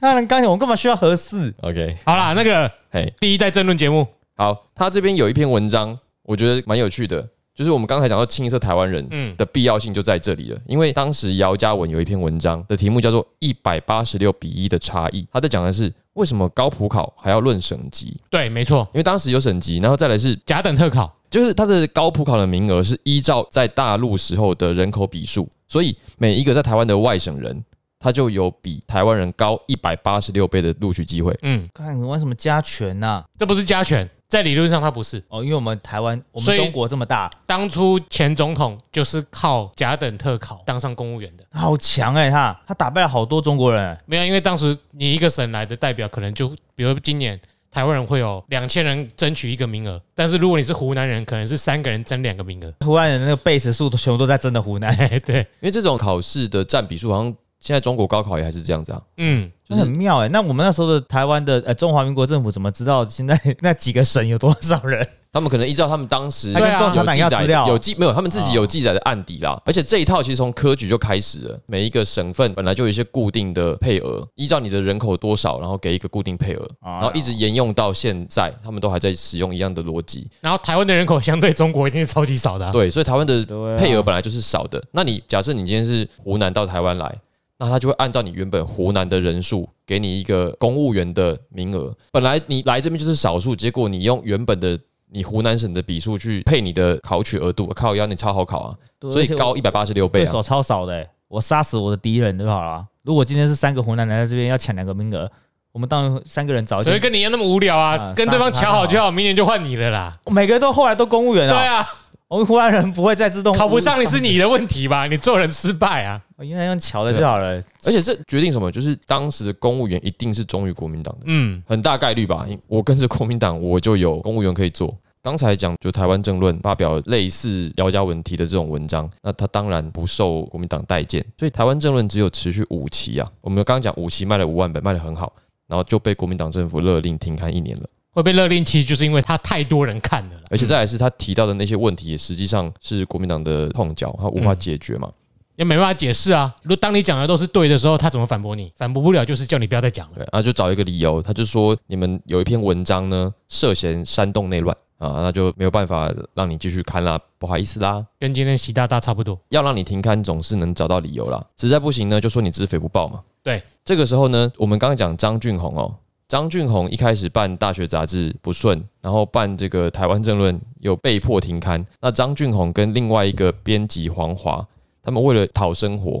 S1: 太阳能钢琴，我干嘛需要合适？
S2: OK，
S3: 好啦，那个
S2: 嘿，
S3: 第一代争论节目，
S2: 好，他这边有一篇文章，我觉得蛮有趣的，就是我们刚才讲到清一色台湾人
S3: 嗯，
S2: 的必要性就在这里了，因为当时姚嘉文有一篇文章的题目叫做《一百八十六比一的差异》，他在讲的是为什么高普考还要论省级，
S3: 对，没错，
S2: 因为当时有省级，然后再来是
S3: 甲等特考，
S2: 就是它的高普考的名额是依照在大陆时候的人口比数，所以每一个在台湾的外省人，他就有比台湾人高一百八十六倍的录取机会。
S3: 嗯，
S1: 看你玩什么加权呐？
S3: 这不是加权，在理论上它不是。
S1: 哦，因为我们台湾，我
S3: 所
S1: 们
S3: 以
S1: 中国这么大，
S3: 当初前总统就是靠甲等特考当上公务员的，
S1: 好强哎，他他打败了好多中国人欸。
S3: 没有，因为当时你一个省来的代表，可能就比如今年台湾人会有两千人争取一个名额，但是如果你是湖南人，可能是三个人争两个名额。
S1: 湖南人那个贝斯数都全部都在真的湖南，
S3: 哎，对，
S2: 因为这种考试的占比数，好像现在中国高考也还是这样子啊，
S3: 嗯，
S2: 就
S1: 那很
S2: 是
S1: 妙哎。那我们那时候的台湾的呃中华民国政府怎么知道现在 那几个省有多少人？
S2: 他们可能依照他们当时
S1: 他
S3: 对
S1: 跟
S3: 啊
S1: 共产
S2: 有
S1: 党
S2: 记
S1: 要
S2: 载
S1: 资
S2: 的
S1: 料，
S2: 有记没有？他们自己有记载的案底啦。而且这一套其实从科举就开始了，每一个省份本来就有一些固定的配额，依照你的人口多少，然后给一个固定配额，
S1: 啊
S2: 然后一直沿用到现在，他们都还在使用一样的逻辑。
S3: 然后台湾的人口相对中国一定是超级少的啊、
S2: 对，所以台湾的
S1: 对啊
S2: 配额本来就是少的。那你假设你今天是湖南到台湾来，那他就会按照你原本湖南的人数给你一个公务员的名额。本来你来这边就是少数，结果你用原本的你湖南省的比数去配你的考取额度，靠腰你超好考啊，
S1: 对
S2: 所以
S1: 而且我
S2: 高一百八十六倍
S1: 对
S2: 啊
S1: 手。超少的欸、我杀死我的敌人就好了。如果今天是三个湖南人在这边要抢两个名额，我们当然三个人啊找一
S3: 谁会
S1: 个，
S3: 跟你一样那么无聊啊？
S1: 啊
S3: 跟对方抢好就好，明年就换你了啦。
S1: 每个都后来都公务员
S3: 对
S1: 了、
S3: 啊，
S1: 我们湖南人不会再自动
S3: 考不上你是你的问题吧？你做人失败啊。
S1: 我原来用巧的就好了。
S2: 而且这决定什么？就是当时的公务员一定是忠于国民党的，
S3: 嗯，
S2: 很大概率吧。因我跟着国民党，我就有公务员可以做。刚才讲就台湾政论发表类似姚嘉文提的这种文章，那他当然不受国民党待见，所以台湾政论只有持续五期啊。我们刚刚讲五期卖了五万本，卖得很好，然后就被国民党政府勒令停刊一年了。
S3: 会被勒令，其实就是因为他太多人看了啦。
S2: 而且再来是他提到的那些问题，也实际上是国民党的痛脚，他无法解决嘛。
S3: 也没办法解释啊。如果当你讲的都是对的时候，他怎么反驳你？反驳不了，就是叫你不要再讲了。
S2: 对，然后就找一个理由，他就说你们有一篇文章呢，涉嫌煽动内乱啊，那就没有办法让你继续刊啦，不好意思啦。
S3: 跟今天习大大差不多。
S2: 要让你停刊，总是能找到理由啦。实在不行呢，就说你知匪不报嘛。
S3: 对，
S2: 这个时候呢，我们刚刚讲张俊宏哦，张俊宏一开始办大学杂志不顺，然后办这个台湾政论又被迫停刊。那张俊宏跟另外一个编辑黄华，他们为了讨生活，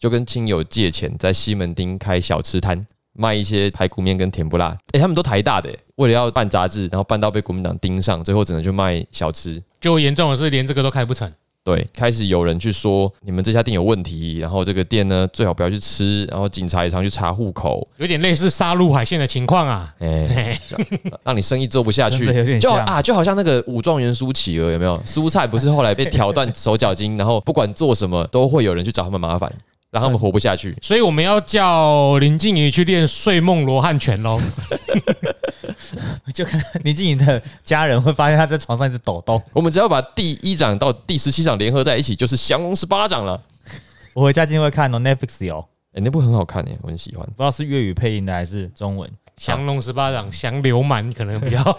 S2: 就跟亲友借钱，在西门町开小吃摊。卖一些排骨面跟甜不辣，诶、他们都台大的、诶为了要办杂志，然后办到被国民党盯上，最后只能去卖小吃，
S3: 就严重的是，连这个都开不成。
S2: 对，开始有人去说你们这家店有问题，然后这个店呢最好不要去吃，然后警察也常去查户口，
S3: 有点类似杀入海线的情况啊。
S2: 哎、 让让你生意做不下去
S1: 真的有，点
S2: 就
S1: 像
S2: 啊就好像那个武状元苏乞儿有没有？蔬菜不是后来被挑断手脚筋，然后不管做什么都会有人去找他们麻烦，让他们活不下去。
S3: 所以我们要叫林静怡去练睡梦罗汉拳喽。
S1: 就看林静颖的家人会发现她在床上一直抖动。
S2: 我们只要把第一掌到第十七掌联合在一起，就是降龙十八掌了。
S1: 我回家今天会看哦，Netflix 有。
S2: 哎、那部很好看哎、我很喜欢。
S1: 不知道是粤语配音的还是中文。
S3: 降龙十八掌，降流氓可能比较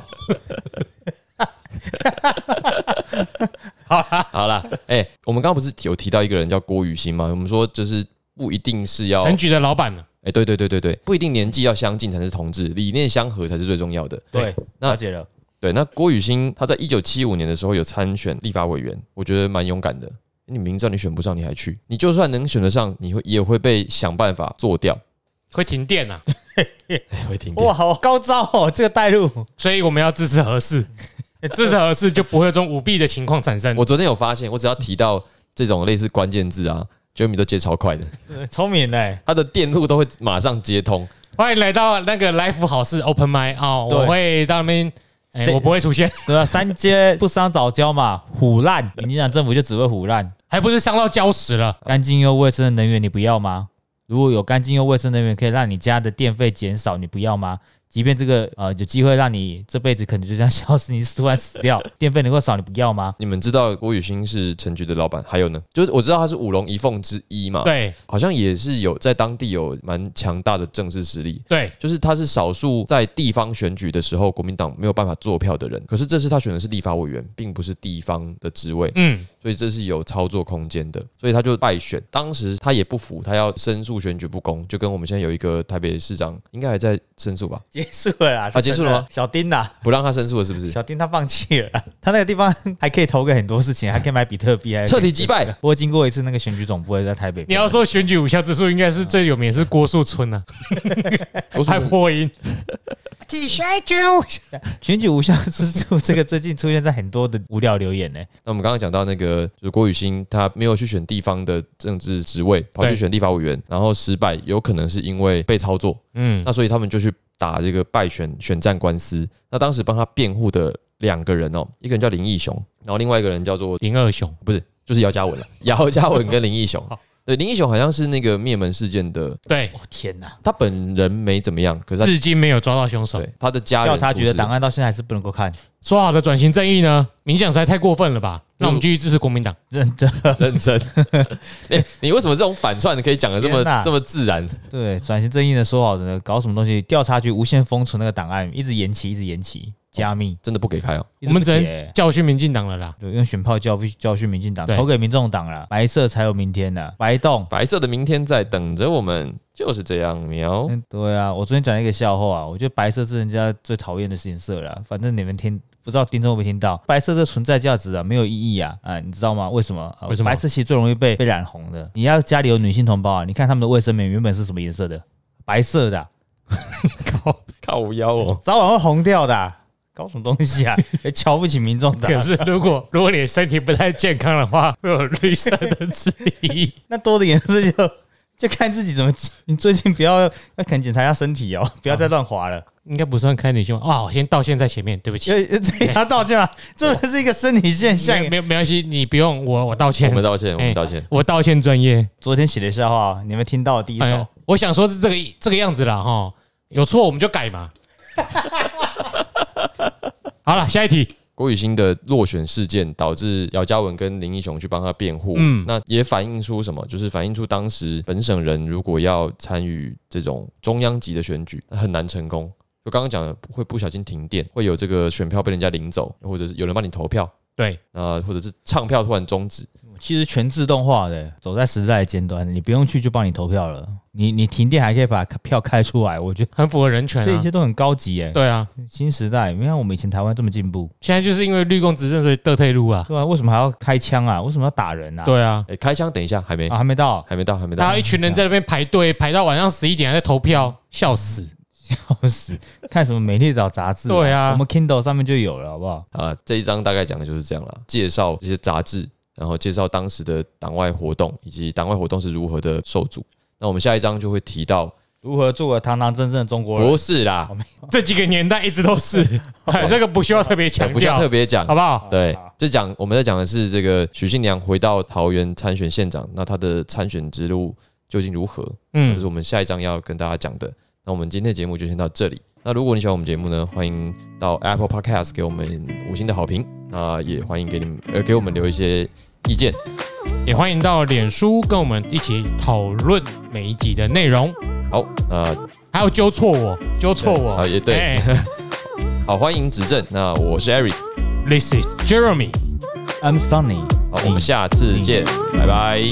S2: 好啦，哎、我们刚刚不是有提到一个人叫郭雨欣吗？我们说就是不一定是要，
S3: 陈
S2: 哎、
S3: 局的老板呢。
S2: 对对对对对，不一定年纪要相近才是同志，理念相合才是最重要的。
S1: 对，
S2: 那
S1: 了解了。
S2: 对，那郭雨欣她在一九七五年的时候有参选立法委员，我觉得蛮勇敢的。哎你明知道你选不上，你还去，你就算能选得上，你会也会被想办法做掉，
S3: 会停电啊，
S2: 哎会停电
S1: 哇，。好高招哦，这个带入。
S3: 所以我们要支持合适，支持合适就不会有这种舞弊的情况产生。
S2: 我昨天有发现，我只要提到这种类似关键字啊，Jeremy 都接超快的，
S1: 聪明嘞，
S2: 他的电路都会马上接通。
S3: 欢迎来到那个来福好事 Open m i 啊，
S1: 对
S3: 我会到那边，哎
S1: 谁
S3: 我不会出现，
S1: 对啊，三阶不伤早教嘛，虎烂，民进党政府就只会虎烂。
S3: 还不是伤到礁石了？
S1: 干净又卫生的能源你不要吗？如果有干净又卫生的能源可以让你家的电费减少，你不要吗？即便这个呃有机会让你这辈子可能就这样消失，你突然死掉，电费能够少，你不要吗？
S2: 你们知道郭雨欣是陈局的老板，还有呢，就是我知道他是五龙一凤之一嘛，，
S3: 对
S2: 好像也是有在当地有蛮强大的政治实力。
S3: 对，
S2: 就是他是少数在地方选举的时候，国民党没有办法做票的人。可是这次他选的是立法委员，并不是地方的职位，
S3: 嗯，
S2: 所以这是有操作空间的。所以他就败选，当时他也不服，他要申诉选举不公，就跟我们现在有一个台北市长，应该还在申诉吧？
S1: 结束了啦
S2: 啊结束了吗？
S1: 小丁呐、
S2: 不让他申诉了，是 不是？
S1: 小丁他放弃了啦，他那个地方还可以投给很多事情，还可以买比特币，还可以
S2: 彻底击败。
S1: 不过经过一次那个选举总部会在台北，
S3: 你要说选举无效之术，应该是最有名是郭树春啊，
S2: 我
S3: 还
S2: 说
S3: 破音，
S1: 第十九选举无效之处，这个最近出现在很多的无聊留言呢、
S2: 那我们刚刚讲到那个，就是郭雨欣，她没有去选地方的政治职位，跑去选立法委员，然后失败，有可能是因为被操作。
S3: 嗯，
S2: 那所以他们就去打这个败选选战官司。那当时帮他辩护的两个人哦，一个人叫林义雄，然后另外一个人叫做
S3: 林二雄，
S2: 不是，就是姚嘉文了。姚嘉文跟林义雄，对，林义雄好像是那个灭门事件的，
S3: 对，
S1: 我、天哪！
S2: 他本人没怎么样，可是他
S3: 至今没有抓到凶手。
S2: 对他的家人
S1: 调查局的
S2: 出事了
S1: 档 案到现在还是不能够看，
S3: 说好的转型正义呢？民进党实在太过分了吧？那我们继续支持国民党。
S1: 认真
S2: 认真。 哎、你为什么这种反串可以讲的这么
S1: 天哪
S2: 这么自然？
S1: 对转型正义的说好的呢，搞什么东西？调查局无限封存那个档案，一直延期，一直延期，加密。
S2: 真的不给开哦。
S1: 一
S3: 我
S1: 直
S3: 们
S1: 不
S3: 只
S1: 解
S3: 能教训民进党了啦。
S1: 对用选票教教训民进党，
S3: 对
S1: 投给民众党了，白色才有明天呢，白动。
S2: 白色的明天在等着我们，就是这样
S3: 哦
S2: 喵。
S1: 嗯，对啊，我昨天讲了一个笑话啊，我觉得白色是人家最讨厌的颜色了啊。反正你们听，不知道听众会不会听到，白色的存在价值啊，没有意义啊，啊，你知道吗？为什么？啊
S3: 为什么
S1: 白色其实最容易被被染红的。你要家里有女性同胞啊，你看他们的卫生棉原本是什么颜色的？白色的啊、
S3: 靠，
S2: 靠 腰哦，
S1: 早晚会红掉的啊、搞什么东西 啊？还瞧不起民众党啊
S3: 可，是如果如果你身体不太健康的话，会有绿色的质疑。
S1: 那多的颜色就 就看自己怎么。你最近不要要可能检查一下身体哦， 不要再乱滑了。
S3: 应该不算开女性化啊！我先道歉在前面，对不起
S1: 要。这也要道 歉啊，这是一个生理 现象
S3: 没。没没关系，你不用我我道
S2: 我
S3: 歉，
S2: 们道歉，我
S3: 哎
S2: 们道歉。
S3: 我道歉专业。
S1: 昨天写的笑话，你们听到的第一
S3: 哎
S1: 首
S3: 呀，我想说是这个这个样子啦哈，有错我们就改嘛。 好了，下一题，
S2: 郭雨欣的落选事件导致姚嘉文跟林义雄去帮他辩护，
S3: 嗯
S2: 那也反映出什么？就是反映出当时本省人如果要参与这种中央级的选举，很难成功。就刚刚讲的，会不小心停电，会有这个选票被人家领走，或者是有人帮你投票，
S3: 对，
S2: 啊、或者是唱票突然终止。
S1: 其实全自动化的，走在时代的尖端，你不用去就帮你投票了。你你停电还可以把票开出来，我觉得
S3: 很符合人权
S1: 这一
S3: 啊
S1: 切。都很高级哎、
S3: 对啊，
S1: 新时代，你看我们以前台湾这么进步，
S3: 现在就是因为绿共执政，所以得退路啊。
S1: 对吧、为什么还要开枪啊？为什么要打人啊？
S3: 对啊，
S2: 哎、开枪，等一下，还没，
S1: 啊，还没到，
S2: 还没到，还没
S3: 大
S2: 到
S3: 啊家。一群人在那边排队，排到晚上十一点还在投票，笑死。
S1: 笑死！ 看什么《美丽岛》杂志、
S3: 对啊
S1: 我们 Kindle 上面就有了，好不好？
S2: 啊，这一章大概讲的就是这样啦，介绍这些杂志，然后介绍当时的党外活动以及党外活动是如何的受阻。那我们下一章就会提到，
S1: 如何做个堂堂正正的中国人
S2: 不？是啦，
S3: 这几个年代一直 都是，哎这个不需要特别强
S2: 不需要
S3: 调
S2: 特，别讲
S3: 好。不好？
S2: 对，就讲我们在讲的是这个许信良回到桃园参选县长，那他的参选之路究竟如何？这
S3: 嗯
S2: 是，我们下一章要跟大家讲的。那我们今天的节目就先到这里。那如果你喜欢我们节目呢，欢迎到 Apple Podcast 给我们五星的好评，那也欢迎给你们呃给我们留一些意见。
S3: 也欢迎到脸书跟我们一起讨论每一集的内容，
S2: 好，那
S3: 还有纠错我，纠错我
S2: 啊也对
S3: 哎
S2: 好，欢迎指正。那我是 Eric，
S3: This is Jeremy。
S1: I'm Sunny，
S3: 嗯
S2: 好，我们下次见，拜拜。